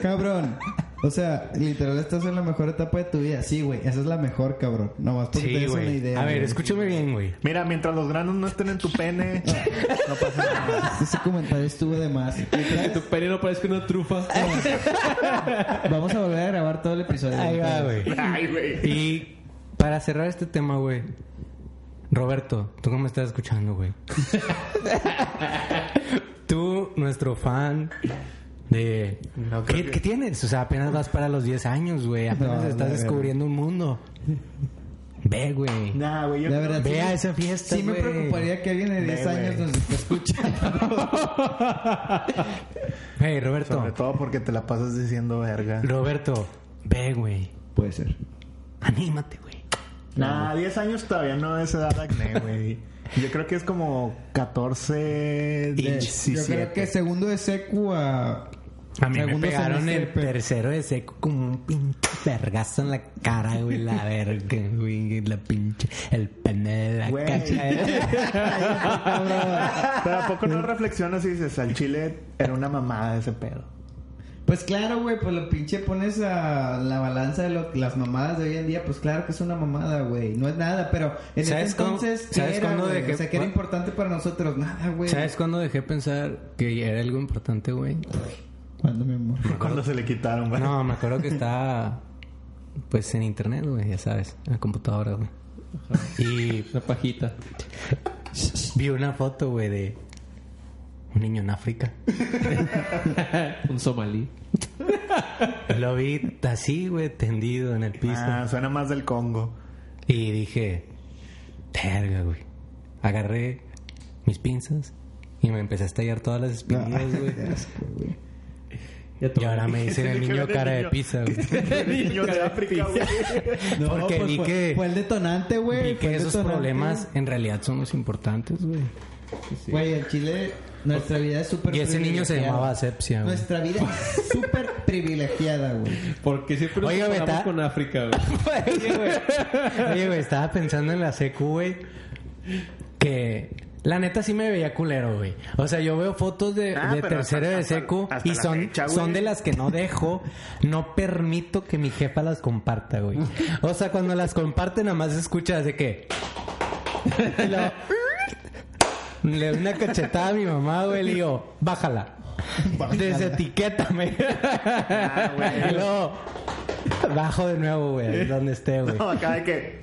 Speaker 4: Cabrón. O sea, literal estás en la mejor etapa de tu vida. Sí, güey, esa es la mejor, cabrón. Nomás porque
Speaker 1: sí,
Speaker 4: tienes una
Speaker 1: güey.
Speaker 4: idea.
Speaker 1: A ver,
Speaker 4: güey.
Speaker 1: escúchame bien, güey.
Speaker 3: Mira, mientras los granos no estén en tu pene, no pasa nada.
Speaker 4: Ese comentario estuvo de más.
Speaker 2: Que tu pene no parezca una trufa.
Speaker 4: Vamos a volver a grabar todo el episodio.
Speaker 1: Ahí va, güey.
Speaker 3: Ay, güey.
Speaker 1: Y para cerrar este tema, güey. Roberto, tú cómo me estás escuchando, güey. tú, nuestro fan de...
Speaker 3: No creo
Speaker 1: ¿Qué,
Speaker 3: que-
Speaker 1: qué tienes? O sea, apenas vas para los 10 años, güey. Apenas
Speaker 4: No,
Speaker 1: estás
Speaker 4: la verdad.
Speaker 1: descubriendo un mundo. Ve, güey.
Speaker 3: Nah, güey, yo
Speaker 4: La
Speaker 3: creo-
Speaker 4: verdad,
Speaker 1: Ve
Speaker 4: sí-
Speaker 1: a esa fiesta,
Speaker 4: Sí me
Speaker 1: güey.
Speaker 4: preocuparía que alguien de 10
Speaker 3: Ve,
Speaker 4: años
Speaker 3: güey.
Speaker 4: nos esté escuchando.
Speaker 1: Hey, Roberto.
Speaker 3: Sobre todo porque te la pasas diciendo verga.
Speaker 1: Roberto, ve, güey.
Speaker 4: Puede ser.
Speaker 1: Anímate, güey.
Speaker 3: Nah, 10 años todavía no es edad acné, güey. Yo creo que es como 14,
Speaker 1: Inch. Yo creo
Speaker 3: 17.
Speaker 4: Yo creo que segundo de secu a...
Speaker 1: A mí me
Speaker 4: segundo
Speaker 1: pegaron
Speaker 4: semestre,
Speaker 1: en
Speaker 4: pero-
Speaker 1: tercero de seco como un pinche vergazo en la cara, güey. La verga, güey. La pinche... El pene de la
Speaker 3: Güey.
Speaker 1: cacha.
Speaker 3: Pero ¿a poco no reflexionas y dices, al chile era una mamada ese pedo?
Speaker 4: Pues claro, güey, pues lo pinche pones a la balanza de lo- las mamadas de hoy en día, pues claro que es una mamada, güey. No es nada, pero en ese
Speaker 1: ¿Sabes cómo-
Speaker 4: entonces, ¿qué
Speaker 1: sabes
Speaker 4: era,
Speaker 1: cuándo
Speaker 4: güey?
Speaker 1: dejé-
Speaker 4: O sea, que era
Speaker 1: cua-
Speaker 4: importante para nosotros, nada, güey.
Speaker 1: ¿Sabes cuándo dejé pensar que era algo importante, güey?
Speaker 4: ¿Cuándo, mi amor?
Speaker 3: Cuando se le quitaron, güey. Ah,
Speaker 1: No, me acuerdo que estaba pues en internet, güey, ya sabes, en la computadora, güey. Y
Speaker 2: Una pajita.
Speaker 1: vi una foto, güey, de un niño en África.
Speaker 2: Un somalí.
Speaker 1: Lo vi así, güey, tendido en el piso.
Speaker 3: Ah, suena más del Congo.
Speaker 1: Y dije, verga, güey. Agarré mis pinzas y me empecé a estallar todas las espinillas, güey. Y ahora me dicen el
Speaker 3: Tiene que
Speaker 1: niño
Speaker 3: ver el
Speaker 1: cara de
Speaker 3: niño.
Speaker 1: pizza, güey.
Speaker 3: Niño de África, güey.
Speaker 4: No,
Speaker 1: Porque
Speaker 4: pues
Speaker 1: vi
Speaker 4: fue,
Speaker 1: que-
Speaker 4: Fue el detonante, güey.
Speaker 1: Y
Speaker 4: pues, fue
Speaker 1: que
Speaker 4: el
Speaker 1: esos
Speaker 4: detonante.
Speaker 1: problemas en realidad son los importantes, güey.
Speaker 4: Güey, en Chile nuestra vida es súper
Speaker 1: Y ese niño se
Speaker 4: privilegiada.
Speaker 1: llamaba Asepsia, güey.
Speaker 4: Nuestra vida es súper privilegiada, güey.
Speaker 2: Porque siempre nos
Speaker 1: Oiga,
Speaker 2: comparamos
Speaker 1: Beta.
Speaker 2: con África, güey.
Speaker 1: Oye, güey. Oye, güey, estaba pensando en la secu, güey. Que la neta sí me veía culero, güey. O sea, yo veo fotos de,
Speaker 3: Ah,
Speaker 1: de
Speaker 3: pero
Speaker 1: tercero
Speaker 3: hasta-
Speaker 1: de
Speaker 3: hasta-
Speaker 1: secu
Speaker 3: hasta
Speaker 1: y
Speaker 3: la
Speaker 1: son,
Speaker 3: fecha, güey.
Speaker 1: son de las que no dejo. No permito que mi jefa las comparta, güey. O sea, cuando las comparte, nada más escuchas de que. Y luego, Le doy una cachetada a mi mamá, güey, le digo, bájala. Desetiquétame.
Speaker 3: güey.
Speaker 1: y luego, bajo de nuevo, güey, donde esté, güey.
Speaker 3: No, acá de que...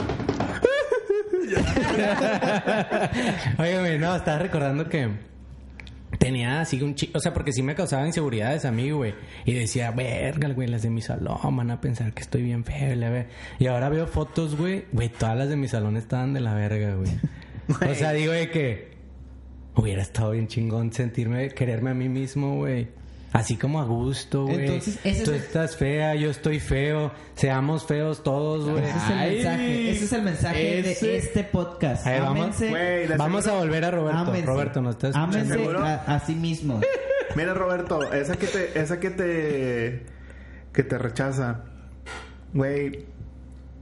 Speaker 1: Oye, güey, no, estaba recordando que tenía así un chico, o sea, porque sí me causaba inseguridades a mí, güey. Y decía, verga, güey, las de mi salón van a pensar que estoy bien feo, y la ver. Y ahora veo fotos, güey, güey, todas las de mi salón estaban de la verga, güey. O sea, digo de que hubiera estado bien chingón sentirme, quererme a mí mismo, güey. Así como a gusto, güey.
Speaker 4: Entonces, ese es
Speaker 1: Tú
Speaker 4: el-
Speaker 1: estás fea, yo estoy feo. Seamos feos todos, güey.
Speaker 4: Ese es el
Speaker 2: Ay,
Speaker 4: mensaje, ese es el mensaje
Speaker 2: ese-
Speaker 4: de este podcast.
Speaker 1: Ahí vamos.
Speaker 4: Ámense,
Speaker 3: Güey, de
Speaker 1: Vamos a volver a Roberto.
Speaker 4: ámense.
Speaker 1: Roberto, ¿no estás escuchando?
Speaker 4: Ámense
Speaker 3: ¿Seguro?
Speaker 4: a, a sí mismo.
Speaker 3: Mira, Roberto, esa que te, esa que te, que te rechaza, güey,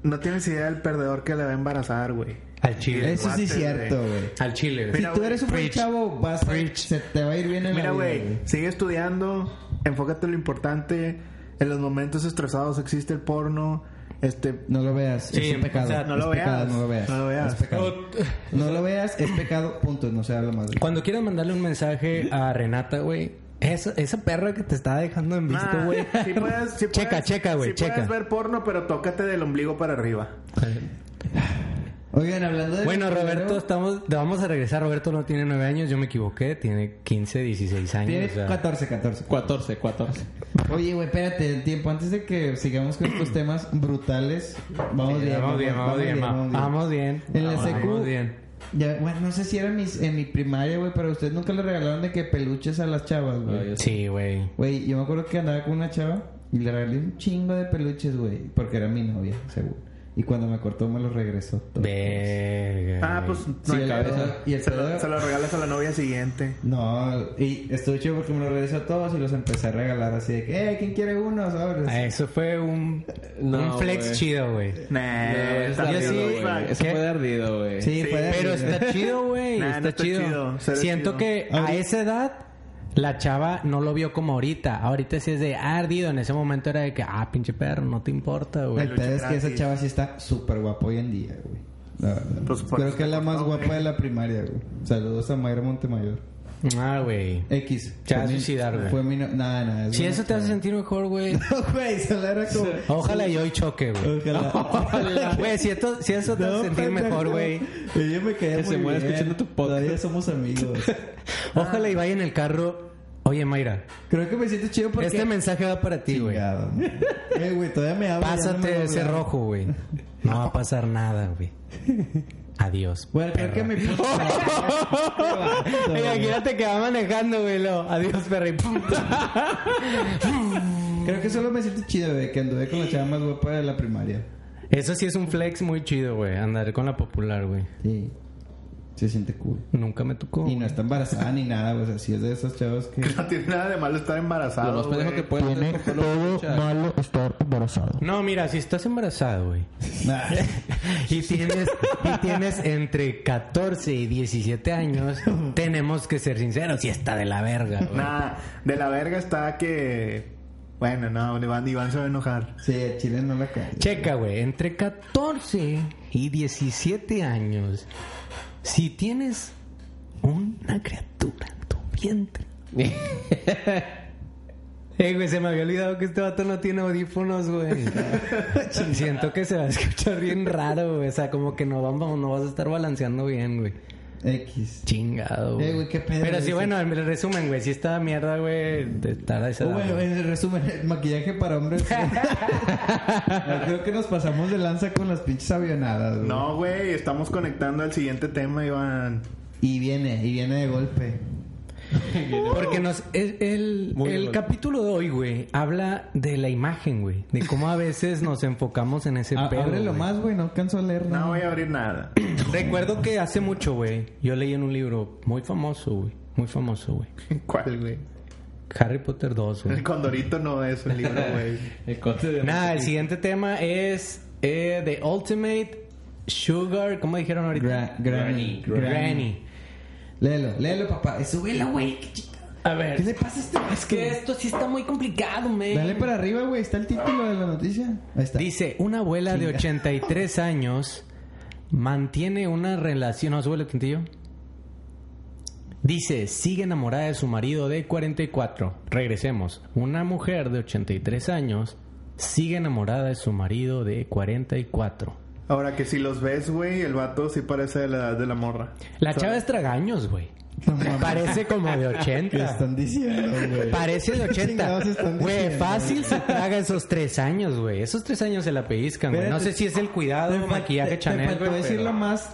Speaker 3: no tienes idea del perdedor que le va a embarazar, güey.
Speaker 1: Al chile.
Speaker 4: Eso sí
Speaker 3: Guate,
Speaker 4: es cierto,
Speaker 3: güey.
Speaker 4: güey.
Speaker 1: Al chile, güey.
Speaker 4: Si
Speaker 3: Mira,
Speaker 4: tú
Speaker 3: güey,
Speaker 4: eres un buen
Speaker 1: preach,
Speaker 4: chavo, vas a,
Speaker 1: preach.
Speaker 4: se te va a ir bien en
Speaker 3: Mira,
Speaker 4: la vida,
Speaker 3: güey, sigue estudiando, enfócate en lo importante. En los momentos estresados existe el porno. Este,
Speaker 4: No lo veas,
Speaker 1: Sí,
Speaker 4: es un pecado.
Speaker 1: o sea,
Speaker 3: no
Speaker 4: Es
Speaker 3: lo
Speaker 4: pecado,
Speaker 3: veas.
Speaker 4: no lo veas.
Speaker 3: No lo veas.
Speaker 4: Es pecado. No lo veas, es pecado, punto. No se habla más. güey.
Speaker 1: Cuando quieras mandarle un mensaje a Renata, güey. Esa, esa perra que te está dejando en visto,
Speaker 3: nah,
Speaker 1: güey.
Speaker 3: si puedes- si
Speaker 1: checa,
Speaker 3: puedes-
Speaker 1: checa, güey,
Speaker 3: si
Speaker 1: checa.
Speaker 3: puedes ver porno, pero tócate del ombligo para arriba.
Speaker 4: Oigan, hablando de. este
Speaker 1: Bueno, Roberto, estamos, te vamos a regresar. Roberto no tiene nueve años, yo me equivoqué. Tiene 15, 16 años.
Speaker 4: Tiene
Speaker 1: o sea.
Speaker 4: 14, 14.
Speaker 2: 14, 14.
Speaker 4: Oye, güey, espérate, el tiempo. Antes de que sigamos con estos temas brutales, vamos
Speaker 1: Sí,
Speaker 4: bien.
Speaker 1: Eh, vamos bien, vamos bien,
Speaker 4: vamos bien.
Speaker 1: vamos bien.
Speaker 4: En la
Speaker 1: Vamos
Speaker 4: secu-
Speaker 1: bien.
Speaker 4: Ya, bueno, no sé si era mis, en mi primaria, güey, pero ustedes nunca le regalaron de que peluches a las chavas, güey.
Speaker 2: Ay,
Speaker 1: Ah, Sí, güey.
Speaker 4: Güey, yo me acuerdo que andaba con una chava y le regalé un chingo de peluches, güey, porque era mi novia, seguro. Y cuando me cortó me los regresó todos.
Speaker 1: Verga.
Speaker 3: Ah,
Speaker 1: güey.
Speaker 3: pues
Speaker 4: Sí,
Speaker 3: no
Speaker 4: el
Speaker 3: hay
Speaker 4: pedo-
Speaker 3: cabeza.
Speaker 4: y el
Speaker 3: se,
Speaker 4: pedo-
Speaker 3: lo, se lo regalas a la novia siguiente.
Speaker 4: No, y estuvo chido porque me los regresó todos y los empecé a regalar así de que, eh, ¿quién quiere uno? Sobres.
Speaker 1: Ah, Eso fue un,
Speaker 2: No,
Speaker 1: un flex
Speaker 2: güey.
Speaker 1: chido, güey.
Speaker 3: Nah,
Speaker 2: Eh,
Speaker 3: está
Speaker 1: yo
Speaker 3: bien,
Speaker 1: sí-
Speaker 3: güey.
Speaker 2: güey. Eso
Speaker 1: ¿Qué?
Speaker 2: fue de ardido, güey.
Speaker 4: Sí,
Speaker 3: Sí,
Speaker 4: fue de-
Speaker 1: Pero está chido, güey.
Speaker 3: Nah,
Speaker 1: está,
Speaker 3: no está
Speaker 1: chido.
Speaker 3: chido, se ve
Speaker 1: Siento
Speaker 3: chido.
Speaker 1: que a esa edad la chava no lo vio como ahorita. Ahorita sí es de ah, ardido. En ese momento era de que, ah, pinche perro, no te importa,
Speaker 4: El
Speaker 1: güey.
Speaker 4: pedo es que esa
Speaker 3: gratis.
Speaker 4: chava sí está súper guapa hoy en día, güey. La verdad.
Speaker 3: Pues, por
Speaker 4: Creo
Speaker 3: eso
Speaker 4: que es la
Speaker 3: te
Speaker 4: más
Speaker 3: cortó,
Speaker 4: guapa
Speaker 3: güey.
Speaker 4: de la primaria, güey. Saludos a Mayra Montemayor.
Speaker 1: Ah, güey.
Speaker 4: X.
Speaker 1: Te vas a
Speaker 4: Fue mi-
Speaker 1: suicidar, güey.
Speaker 4: Fue mi... no- Nada, nada. es
Speaker 1: Si
Speaker 4: una
Speaker 1: eso te hace
Speaker 4: chava.
Speaker 1: sentir mejor, güey.
Speaker 4: No, güey, se la era como...
Speaker 1: Ojalá y hoy choque, güey.
Speaker 4: Ojalá.
Speaker 1: Güey, si, esto- si eso te hace
Speaker 4: No,
Speaker 1: sentir
Speaker 4: pendejo.
Speaker 1: mejor, güey.
Speaker 4: Ella me caía
Speaker 2: Que
Speaker 4: muy
Speaker 2: se muera
Speaker 4: bien.
Speaker 2: escuchando tu podcast.
Speaker 4: Todavía somos amigos.
Speaker 1: Ojalá y vaya en el carro. Oye, Mayra,
Speaker 4: Creo que me siento chido porque...
Speaker 1: este mensaje va para ti, Este güey.
Speaker 4: Chingado, man. Eh, güey, todavía me habla. ya no me
Speaker 1: Pásate
Speaker 4: va a
Speaker 1: ese
Speaker 4: hablar.
Speaker 1: rojo, güey. No va a pasar nada, güey. Adiós.
Speaker 4: Bueno, creo que mi puta madre. Qué vato, güey.
Speaker 1: Imagínate que va manejando, güey. lo, Adiós, perra. y pum.
Speaker 4: Creo que solo me siento chido, güey, que anduve con la chava más guapa de la primaria.
Speaker 1: Eso sí es un flex muy chido, güey. Andar con la popular, güey.
Speaker 4: Sí. Se siente cool.
Speaker 1: Nunca me tocó.
Speaker 4: Y no está embarazada ni nada, güey. Así es de esas chavas que.
Speaker 3: No tiene nada de malo estar embarazado.
Speaker 2: Lo más pendejo
Speaker 3: güey.
Speaker 2: que pueden hacer es comprarlo por mucha-
Speaker 5: malo estar embarazado.
Speaker 1: No, mira, si estás embarazada, güey.
Speaker 4: Nah.
Speaker 1: Y tienes, y tienes entre 14 y 17 años. Tenemos que ser sinceros. Si está de la verga, güey.
Speaker 3: Nah, de la verga está que. Bueno, no, Iván, Iván se va a enojar.
Speaker 4: Sí, el chile no la cae.
Speaker 1: Checa, güey, entre 14 y 17 años, si tienes una criatura en tu vientre. Eh, güey, se me había olvidado que este vato no tiene audífonos, güey. Siento que se va a escuchar bien raro, güey. O sea, como que no, vamos, no vas a estar balanceando bien, güey.
Speaker 4: X.
Speaker 1: Chingado, güey.
Speaker 4: Eh, güey, qué pedo,
Speaker 1: Pero sí,
Speaker 4: güey.
Speaker 1: bueno, en el resumen, güey, si esta mierda, güey, de estar a esa
Speaker 4: Oh,
Speaker 1: edad,
Speaker 4: bueno,
Speaker 1: güey.
Speaker 4: en el resumen, el maquillaje para hombres. Yo Creo que nos pasamos de lanza con las pinches avionadas, güey.
Speaker 3: No, güey, estamos conectando al siguiente tema, Iván.
Speaker 4: Y viene, y viene de golpe. eh,
Speaker 1: Porque nos, el, el-
Speaker 2: Muy
Speaker 1: el
Speaker 2: bien.
Speaker 1: capítulo de hoy, güey, habla de la imagen, güey. De cómo a veces nos enfocamos en ese
Speaker 4: A-
Speaker 1: pedo.
Speaker 4: Ah, Ábrelo
Speaker 1: güey.
Speaker 4: más, güey. No alcanzo a leer nada.
Speaker 3: No voy a abrir nada.
Speaker 1: Recuerdo que hace mucho, güey, yo leí en un libro muy famoso, güey. Muy famoso, güey.
Speaker 3: ¿Cuál, güey?
Speaker 1: Harry Potter 2, güey.
Speaker 3: El Condorito no es un libro, güey.
Speaker 2: El corte de.
Speaker 1: Nada, el siguiente tema es eh, The Ultimate Sugar... ¿Cómo dijeron ahorita?
Speaker 4: Gra- granny,
Speaker 2: Granny.
Speaker 4: granny.
Speaker 1: Granny.
Speaker 4: Léelo, léelo, papá. Eh, Súbelo, güey. Qué chica-
Speaker 1: A ver.
Speaker 4: ¿Qué le pasa a este
Speaker 1: Es que esto sí está muy complicado, man.
Speaker 4: Dale para arriba, güey. Está el título de la noticia. Ahí está.
Speaker 1: Dice, una abuela de 83 años mantiene una relación... ¿No sube el tintillo? Dice, sigue enamorada de su marido de 44. Regresemos. Una mujer de 83 años sigue enamorada de su marido de 44.
Speaker 3: Ahora que si los ves, güey, el vato sí parece de la edad de la morra.
Speaker 1: La chava es tragaños, güey.
Speaker 4: No mames.
Speaker 1: Parece como de
Speaker 4: ¿Qué
Speaker 1: 80.
Speaker 4: están diciendo, güey?
Speaker 1: Parece de
Speaker 4: chingados
Speaker 1: 80.
Speaker 4: están
Speaker 1: Güey,
Speaker 4: diciendo,
Speaker 1: fácil
Speaker 4: güey?
Speaker 1: se traga esos tres años, güey. Esos tres años se la pellizcan, güey. No
Speaker 4: Espérate.
Speaker 1: sé si es el cuidado,
Speaker 4: Te
Speaker 1: el
Speaker 4: fal- te-
Speaker 1: maquillaje
Speaker 4: Te
Speaker 1: Chanel,
Speaker 4: faltó
Speaker 1: güey.
Speaker 4: decir
Speaker 1: pero-
Speaker 4: lo más.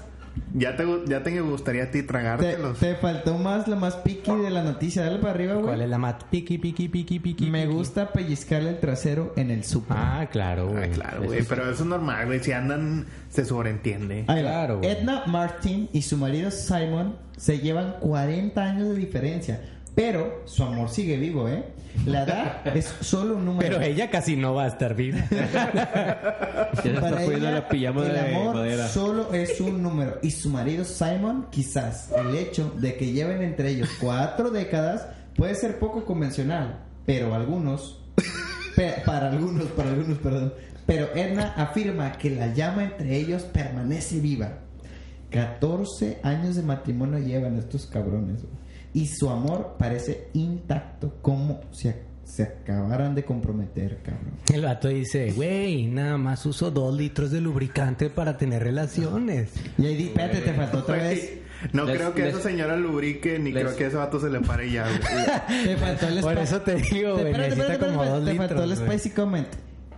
Speaker 3: Ya te, gu- ya te gustaría a ti
Speaker 4: Te,
Speaker 3: tragártelos.
Speaker 4: te faltó más lo más piqui de la noticia. Dale para arriba, güey.
Speaker 1: ¿Cuál es la mat? Piqui, piqui, piqui, piqui.
Speaker 4: Me
Speaker 1: piqui.
Speaker 4: gusta pellizcarle el trasero en el super.
Speaker 1: Ah, claro, güey.
Speaker 3: Ah, claro, güey, pero eso es normal, güey. Si andan, se sobreentiende.
Speaker 4: Ahí va.
Speaker 1: claro, güey.
Speaker 4: Edna Martin y su marido Simon se llevan 40 años de diferencia. Pero su amor sigue vivo, ¿eh? La edad es solo un número.
Speaker 1: Pero ella casi no va a estar viva.
Speaker 2: Ya le está poniendo la pijama
Speaker 4: el
Speaker 2: de
Speaker 4: amor
Speaker 2: madera.
Speaker 4: solo es un número. Y su marido Simon, quizás el hecho de que lleven entre ellos cuatro décadas puede ser poco convencional, pero algunos, pe- para algunos, para algunos, perdón. Pero Edna afirma que la llama entre ellos permanece viva. 14 años de matrimonio llevan estos cabrones. güey. Y su amor parece intacto, como si ac- se acabaran de comprometer, cabrón.
Speaker 1: El vato dice, güey, nada más uso dos litros de lubricante para tener relaciones.
Speaker 4: Y ahí, di- espérate, te faltó otra vez.
Speaker 3: No
Speaker 2: Les-
Speaker 3: creo que
Speaker 2: les-
Speaker 3: esa señora lubrique, ni
Speaker 2: les-
Speaker 3: creo que ese vato se le pare ya, güey.
Speaker 4: Te faltó el
Speaker 1: Por
Speaker 4: spa-
Speaker 1: eso te digo, güey,
Speaker 4: Espérate,
Speaker 1: necesita
Speaker 4: espérate,
Speaker 1: como
Speaker 4: espérate,
Speaker 1: dos
Speaker 4: te faltó
Speaker 1: litros.
Speaker 4: el
Speaker 1: güey.
Speaker 4: spicy comment.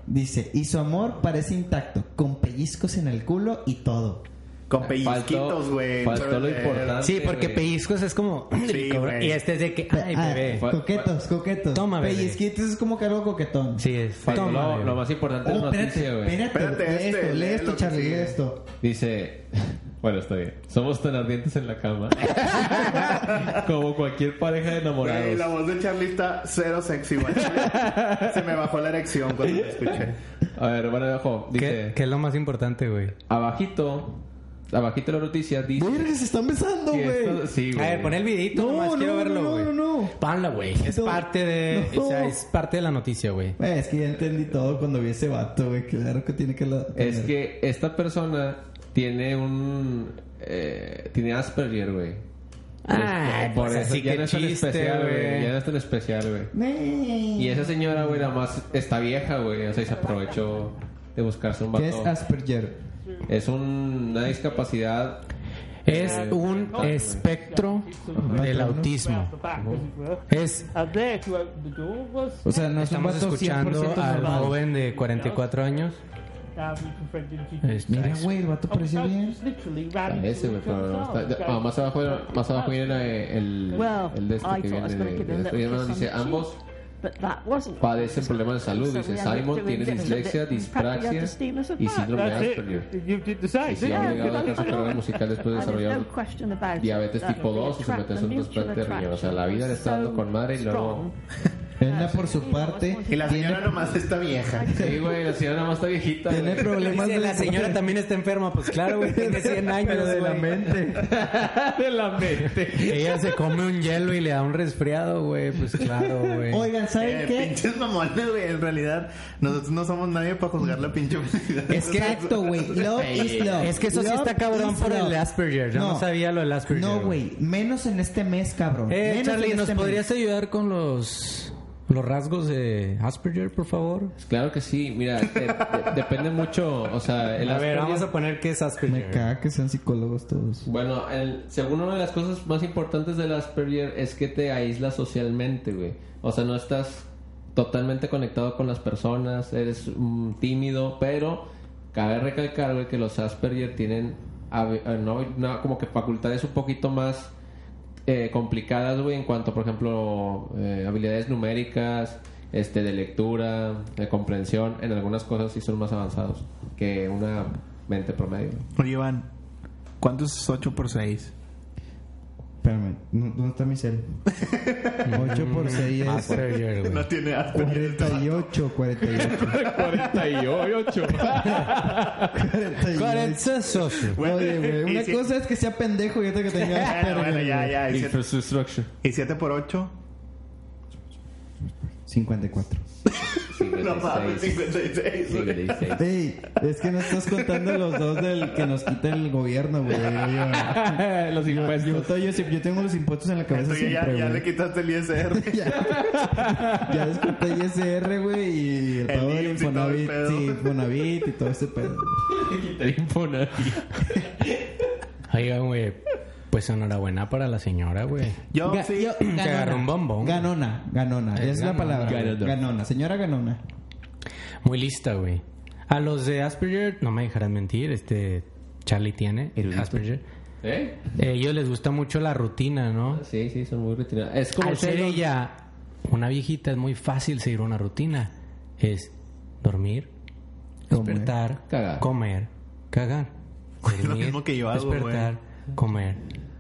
Speaker 4: Dice, y su amor parece intacto, con pellizcos en el culo y todo.
Speaker 3: Con
Speaker 2: Faltó-
Speaker 3: pellizquitos, güey.
Speaker 2: faltó lo
Speaker 3: Eh,
Speaker 2: importante.
Speaker 1: Sí, porque
Speaker 2: güey.
Speaker 1: pellizcos es como...
Speaker 3: Sí, güey.
Speaker 1: y este es de que... Ay,
Speaker 4: Ah,
Speaker 1: bebé.
Speaker 2: fue-
Speaker 4: coquetos, coquetos.
Speaker 1: Toma, bebé.
Speaker 4: Pellizquitos es como que algo coquetón.
Speaker 1: Sí, es...
Speaker 2: Faltó
Speaker 1: Toma,
Speaker 2: lo,
Speaker 1: bebé.
Speaker 2: lo más importante de
Speaker 4: Oh,
Speaker 2: la
Speaker 4: espérate,
Speaker 2: noticia, güey.
Speaker 4: espérate,
Speaker 3: Espérate,
Speaker 4: lee
Speaker 3: este,
Speaker 4: esto, lee
Speaker 3: lee
Speaker 4: esto,
Speaker 3: lo que
Speaker 4: Charlie,
Speaker 3: sigue.
Speaker 4: lee esto.
Speaker 2: Dice, bueno, está bien. Somos tan ardientes en la cama como cualquier pareja de
Speaker 3: Güey, la
Speaker 2: enamorados.
Speaker 3: voz de Charlie está cero sexy, güey. Se me bajó la erección cuando la escuché.
Speaker 2: A ver, bueno, abajo.
Speaker 1: ¿Qué,
Speaker 2: Dice,
Speaker 1: qué es lo más importante, güey?
Speaker 2: abajito, abajito de la noticia dice
Speaker 4: Verga, se están besando,
Speaker 2: que esto-
Speaker 4: güey.
Speaker 2: sí,
Speaker 1: A
Speaker 2: güey.
Speaker 1: ver, pon el videito
Speaker 4: No,
Speaker 1: nomás,
Speaker 4: no,
Speaker 1: quiero verlo,
Speaker 4: no,
Speaker 1: güey.
Speaker 4: no, no.
Speaker 1: Ponla, güey. Es
Speaker 4: No,
Speaker 1: parte de...
Speaker 4: no.
Speaker 1: O sea, es parte de la noticia, güey.
Speaker 4: Güey, es que ya entendí todo cuando vi ese vato, güey. Claro que tiene que... la-
Speaker 2: Es que esta persona tiene un... eh, tiene Asperger, güey.
Speaker 1: Ah,
Speaker 2: Este,
Speaker 1: por
Speaker 4: pues,
Speaker 1: eso
Speaker 2: ya
Speaker 1: que
Speaker 2: no es tan
Speaker 1: chiste,
Speaker 2: especial, güey. Ya no
Speaker 1: güey.
Speaker 2: es tan especial, güey.
Speaker 4: Ney.
Speaker 2: Y esa señora, güey, nada más está vieja, güey. O sea, y se aprovechó de buscarse un
Speaker 4: ¿Qué es
Speaker 2: vato. Es,
Speaker 4: Asperger?
Speaker 2: un- una discapacidad.
Speaker 1: Es
Speaker 2: Eh,
Speaker 1: un
Speaker 2: mental, güey.
Speaker 1: espectro del autismo. Es
Speaker 6: Uh,
Speaker 4: O sea, no es un
Speaker 1: Estamos
Speaker 4: vato 100%
Speaker 1: escuchando al
Speaker 4: normal.
Speaker 1: joven de 44 años Es-
Speaker 6: Oh,
Speaker 4: Mira,
Speaker 1: es-
Speaker 4: güey, el vato parecía bien.
Speaker 2: Parece, güey, pero no. Está-
Speaker 6: oh,
Speaker 2: ah, más abajo, era- más abajo viene el,
Speaker 5: Well,
Speaker 2: el de este que
Speaker 5: I thought I
Speaker 2: viene
Speaker 5: was
Speaker 2: de,
Speaker 5: gonna give
Speaker 2: de
Speaker 5: him
Speaker 2: esto.
Speaker 5: that
Speaker 2: Y además
Speaker 5: because
Speaker 2: dice,
Speaker 5: I'm
Speaker 2: ambos
Speaker 5: But that wasn't.
Speaker 2: padecen problemas de salud.
Speaker 5: So
Speaker 2: Dice,
Speaker 5: we ended
Speaker 2: Simon
Speaker 5: up
Speaker 2: tiene
Speaker 5: doing
Speaker 2: dislexia,
Speaker 5: different things.
Speaker 2: dispraxia
Speaker 5: Practically understand us
Speaker 2: y
Speaker 5: apart.
Speaker 2: síndrome de Asperger.
Speaker 6: You did the
Speaker 2: Y
Speaker 6: same.
Speaker 2: se
Speaker 6: didn't
Speaker 2: ha
Speaker 5: Yeah,
Speaker 2: obligado a
Speaker 5: because
Speaker 2: dejar su
Speaker 5: I-
Speaker 2: carrera musical después de
Speaker 5: And there's
Speaker 2: desarrollar
Speaker 5: no question about it.
Speaker 2: diabetes
Speaker 5: That
Speaker 2: tipo
Speaker 5: would be a
Speaker 2: 2 y
Speaker 5: trap,
Speaker 2: someterse a
Speaker 5: the
Speaker 2: un
Speaker 5: mutual
Speaker 2: trasplante de riñón. O sea, la
Speaker 5: attraction
Speaker 2: vida le está dando
Speaker 5: was
Speaker 2: con madre y
Speaker 5: so
Speaker 2: luego...
Speaker 4: Ella por su parte.
Speaker 3: Y la señora
Speaker 4: tiene-
Speaker 3: nomás está vieja.
Speaker 2: Sí, güey, la señora nada más está viejita.
Speaker 4: Tiene
Speaker 2: güey.
Speaker 4: problemas
Speaker 1: Dice,
Speaker 4: de
Speaker 1: la señora también está enferma. Pues claro, güey, tiene 100 años.
Speaker 4: Pero de la
Speaker 1: güey.
Speaker 4: mente.
Speaker 2: de la mente.
Speaker 1: Ella se come un hielo y le da un resfriado, güey. Pues claro, güey.
Speaker 4: Oigan,
Speaker 3: Eh,
Speaker 4: ¿saben qué?
Speaker 3: pinches mamones, güey. En realidad, nosotros no somos nadie para juzgar la pinche felicidad.
Speaker 1: Es que-
Speaker 4: Exacto, güey. Love is love.
Speaker 1: Es que eso sí
Speaker 4: Love
Speaker 1: está cabrón
Speaker 4: is
Speaker 1: por el
Speaker 4: love.
Speaker 1: Asperger. Yo no, sabía lo del Asperger.
Speaker 4: No, güey. Menos en este mes, cabrón.
Speaker 1: Eh,
Speaker 4: Menos
Speaker 1: Charlie,
Speaker 4: en
Speaker 1: ¿nos
Speaker 4: este mes.
Speaker 1: podrías ayudar con los, los rasgos de Asperger, por favor?
Speaker 2: Claro que sí, mira, eh, de- depende mucho, o sea, el
Speaker 1: a ver,
Speaker 2: Asperger-
Speaker 1: vamos a poner qué es
Speaker 4: Me
Speaker 1: Asperger.
Speaker 4: caga que sean psicólogos todos.
Speaker 2: Bueno, el- según una de las cosas más importantes del Asperger es que te aísla socialmente, güey. O sea, no estás totalmente conectado con las personas, eres mm, tímido, pero cabe recalcar, güey, que los Asperger tienen hab- eh, no, no, como que facultades un poquito más eh, complicadas, güey, en cuanto, por ejemplo, eh, habilidades numéricas, este, de lectura, de comprensión. En algunas cosas sí son más avanzados que una mente promedio.
Speaker 3: Oye, Iván, ¿cuánto es 8 por 6?
Speaker 4: Espérame, ¿no- ¿dónde está mi cel? 8 por 6
Speaker 1: Ah,
Speaker 4: es
Speaker 1: Mm, Asperger, güey.
Speaker 3: No tiene Asperger.
Speaker 4: 48, 48.
Speaker 2: 48.
Speaker 4: 48.
Speaker 1: Cuarenta socio.
Speaker 4: Oye, güey,
Speaker 3: Y
Speaker 4: una
Speaker 3: si-
Speaker 4: cosa es que sea pendejo y otra que tenga
Speaker 3: Bueno,
Speaker 4: Asperger.
Speaker 3: bueno, ya, ya. ¿Y 7,
Speaker 2: Infrastructure.
Speaker 3: por 8?
Speaker 4: 54.
Speaker 3: No mames, 56. güey.
Speaker 4: Ey, es que no estás contando los dos del que nos quita el gobierno, güey. Yo,
Speaker 2: Los
Speaker 4: yo,
Speaker 2: impuestos.
Speaker 4: yo- yo- yo tengo los impuestos en la cabeza
Speaker 3: Entonces, ya,
Speaker 4: siempre,
Speaker 3: ya le
Speaker 4: güey.
Speaker 3: quitaste el ISR.
Speaker 4: Ya, ya desconté ISR, güey, y el
Speaker 3: El
Speaker 4: pago del
Speaker 3: IMSS y todo el
Speaker 4: Infonavit,
Speaker 3: pedo.
Speaker 4: sí, Infonavit y todo ese pedo.
Speaker 1: Oigan, güey. Pues enhorabuena para la señora, güey.
Speaker 3: Yo
Speaker 4: Ga-
Speaker 3: sí.
Speaker 4: yo- ganona.
Speaker 1: Que agarró un bombón.
Speaker 4: Ganona, ganona.
Speaker 1: Eh,
Speaker 4: es la
Speaker 1: ganona.
Speaker 4: palabra. güey.
Speaker 2: Ganona.
Speaker 4: ganona, señora ganona.
Speaker 1: Muy lista, güey. A los de Asperger, no me dejarán mentir, este Charlie tiene Asperger.
Speaker 2: ¿Eh?
Speaker 1: Eh, ellos les gusta mucho la rutina, ¿no?
Speaker 2: Sí, sí, son muy retirados. Es como
Speaker 1: Al ser
Speaker 2: celos.
Speaker 1: ella una viejita, es muy fácil seguir una rutina. Es dormir,
Speaker 4: Comer.
Speaker 1: despertar,
Speaker 2: Cagar.
Speaker 1: comer, cagar.
Speaker 3: lo
Speaker 1: Dormir,
Speaker 3: mismo que yo hago, güey.
Speaker 1: Despertar, comer,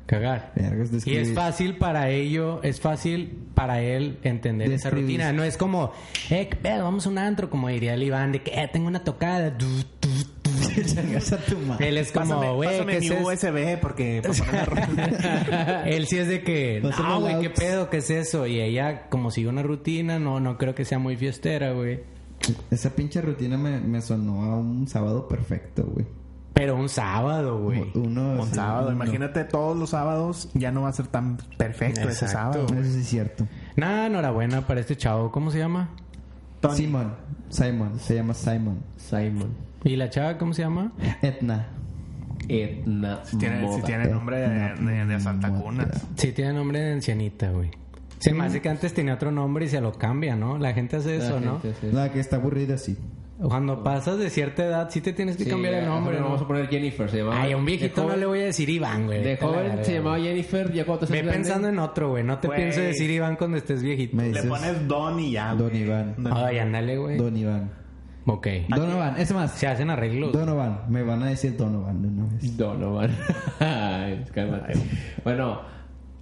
Speaker 1: cagar.
Speaker 4: Vergas,
Speaker 1: Y
Speaker 4: describir-
Speaker 1: es fácil para ello, es fácil para él entender esa
Speaker 4: Describir.
Speaker 1: rutina. No es como, eh, qué pedo, vamos a un antro, como diría el Iván, de que eh, tengo una tocada. Du, du, du.
Speaker 4: Chingas a tu madre.
Speaker 1: él es como, güey, ¿qué es eso?"
Speaker 3: USB porque... para ponerme a-
Speaker 1: Él sí es de que,
Speaker 4: Pásame
Speaker 1: no, güey,
Speaker 4: la
Speaker 1: qué
Speaker 4: aux".
Speaker 1: pedo, qué es eso. Y ella, como sigue una rutina, no, no creo que sea muy fiestera, güey.
Speaker 4: Esa pinche rutina me, me sonó a un sábado perfecto, güey.
Speaker 1: Pero un sábado, güey.
Speaker 4: Uno,
Speaker 3: Un
Speaker 4: sí,
Speaker 3: sábado,
Speaker 4: uno.
Speaker 3: imagínate todos los sábados, ya no va a ser tan perfecto ese
Speaker 1: Exacto.
Speaker 3: sábado.
Speaker 4: Eso sí es cierto.
Speaker 1: Nada, enhorabuena para este chavo. ¿Cómo se llama?
Speaker 3: Tony.
Speaker 4: Simon, Simon, se llama Simon.
Speaker 2: Simon.
Speaker 1: ¿Y la chava cómo se llama?
Speaker 4: Etna.
Speaker 2: Etna.
Speaker 3: Si tiene, si
Speaker 2: Moda.
Speaker 3: tiene nombre de, de, de Santa
Speaker 4: Moda.
Speaker 3: Cunas.
Speaker 1: Sí, tiene nombre de ancianita, güey. Se me hace que antes tenía otro nombre y se lo cambia, ¿no? La gente hace
Speaker 2: La
Speaker 1: eso, ¿no?
Speaker 2: gente hace-
Speaker 4: La que está aburrida, sí.
Speaker 1: Cuando pasas de cierta edad, sí te tienes que
Speaker 2: Sí,
Speaker 1: cambiar el
Speaker 2: ya,
Speaker 1: nombre,
Speaker 2: pero
Speaker 1: ¿no?
Speaker 2: Vamos a poner Jennifer. Se llamaba.
Speaker 1: Ay, a un
Speaker 2: de
Speaker 1: viejito
Speaker 2: joven-
Speaker 1: no le voy a decir Iván, güey.
Speaker 2: De
Speaker 1: Vete a la
Speaker 2: joven
Speaker 1: verga,
Speaker 2: se llamaba
Speaker 1: güey.
Speaker 2: Jennifer. Ya cuando te
Speaker 1: Ve pensando en otro, güey. No te
Speaker 3: Güey.
Speaker 1: pienso decir Iván cuando estés viejito.
Speaker 4: Me
Speaker 3: Le
Speaker 4: dices
Speaker 3: pones Don y ya.
Speaker 4: Don
Speaker 3: güey.
Speaker 4: Iván.
Speaker 3: Don-
Speaker 1: Ay, ándale, güey.
Speaker 4: Don Iván.
Speaker 1: Ok.
Speaker 4: Donovan, es más,
Speaker 1: Se hacen arreglos.
Speaker 4: Donovan, me van a decir Donovan de una vez.
Speaker 2: Donovan. Ay, cálmate. Bueno,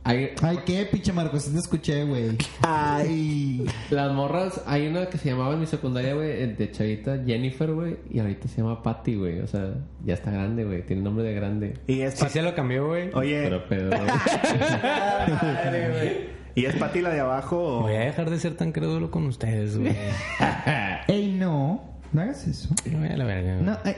Speaker 2: hay,
Speaker 4: Ay, qué pinche Marcos, te escuché, güey.
Speaker 3: Ay.
Speaker 2: Las morras, hay una que se llamaba en mi secundaria, güey, de chavita, Jennifer, güey, y ahorita se llama Patty, güey. O sea, ya está grande, güey, tiene nombre de
Speaker 1: Eh.
Speaker 2: grande.
Speaker 3: Y es
Speaker 1: Sí
Speaker 3: Pat-
Speaker 1: se lo cambió, güey.
Speaker 3: Oye,
Speaker 2: Pero pedo.
Speaker 3: ¿y es Pati la de abajo? o-
Speaker 1: Voy a dejar de ser tan crédulo con ustedes, güey.
Speaker 4: Ey, no, no hagas eso.
Speaker 1: Me voy a la verga, güey.
Speaker 4: No, ay.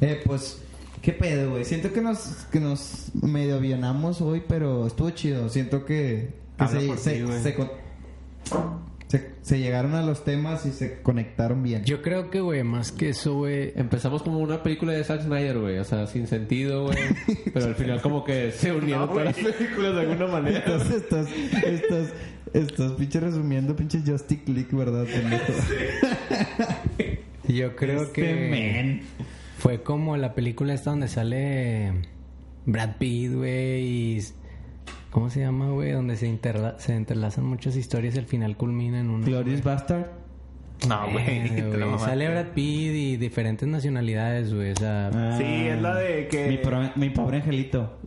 Speaker 4: Eh, pues, qué pedo, güey. Siento que nos, que nos medio avionamos hoy, pero estuvo chido. Siento que, que
Speaker 3: Habla
Speaker 4: se,
Speaker 3: por
Speaker 4: se-
Speaker 3: ti, güey.
Speaker 4: se con- se- se llegaron a los temas y se conectaron bien.
Speaker 1: Yo creo que, güey, más que eso, güey.
Speaker 2: Empezamos como una película de Zack Snyder, güey, o sea, sin sentido, güey. Pero al final, como que se unieron todas las películas de alguna manera.
Speaker 4: Entonces estás, estás, estás pinche resumiendo pinche Justic Click, ¿verdad? pendejo?
Speaker 1: Yo creo que fue como la película esta donde sale Brad Pitt, güey. y- ¿Cómo se llama, güey? Donde se, interla- se entrelazan muchas historias y al final culmina en una.
Speaker 4: Glorious Bastard.
Speaker 3: No, güey.
Speaker 1: Eh,
Speaker 3: te la
Speaker 1: güey,
Speaker 3: mamaste.
Speaker 1: Sale Brad Pitt y diferentes nacionalidades, güey. O sea,
Speaker 4: Ah,
Speaker 3: Sí, es la de que-
Speaker 4: Mi, pro- mi pobre angelito.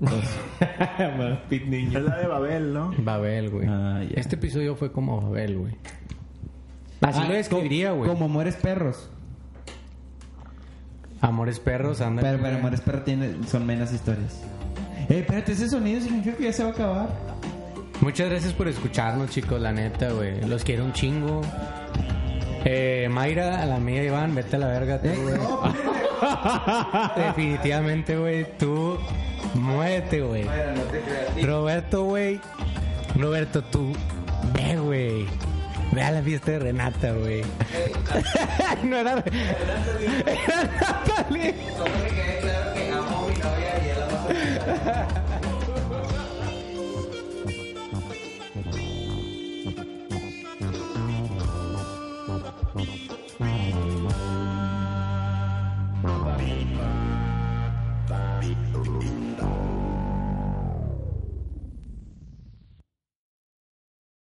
Speaker 2: Pit niño.
Speaker 3: Es la de Babel, ¿no?
Speaker 1: Babel, güey.
Speaker 4: Ah, ya.
Speaker 1: Este episodio fue como Babel, güey. Así
Speaker 4: Ah,
Speaker 1: lo describiría, güey.
Speaker 4: Como mueres perros.
Speaker 1: Amores perros, anda.
Speaker 4: Pero, pero mueres perros tiene, son menos historias. Eh, espérate, ese sonido significa que ya se va a acabar.
Speaker 1: Muchas gracias por escucharnos, chicos, la neta, güey. Los quiero un chingo. Eh, Mayra, a la mía, Iván, vete a la verga, tú,
Speaker 4: Eh,
Speaker 1: güey.
Speaker 4: no,
Speaker 1: Definitivamente, güey, tú muévete, güey.
Speaker 4: no te creas.
Speaker 1: Roberto, güey. Roberto, tú ve, güey. Ve a la fiesta de Renata, güey. no era. Era Natalie.
Speaker 4: Solo me quedé claro que amo a mi novia y ella la más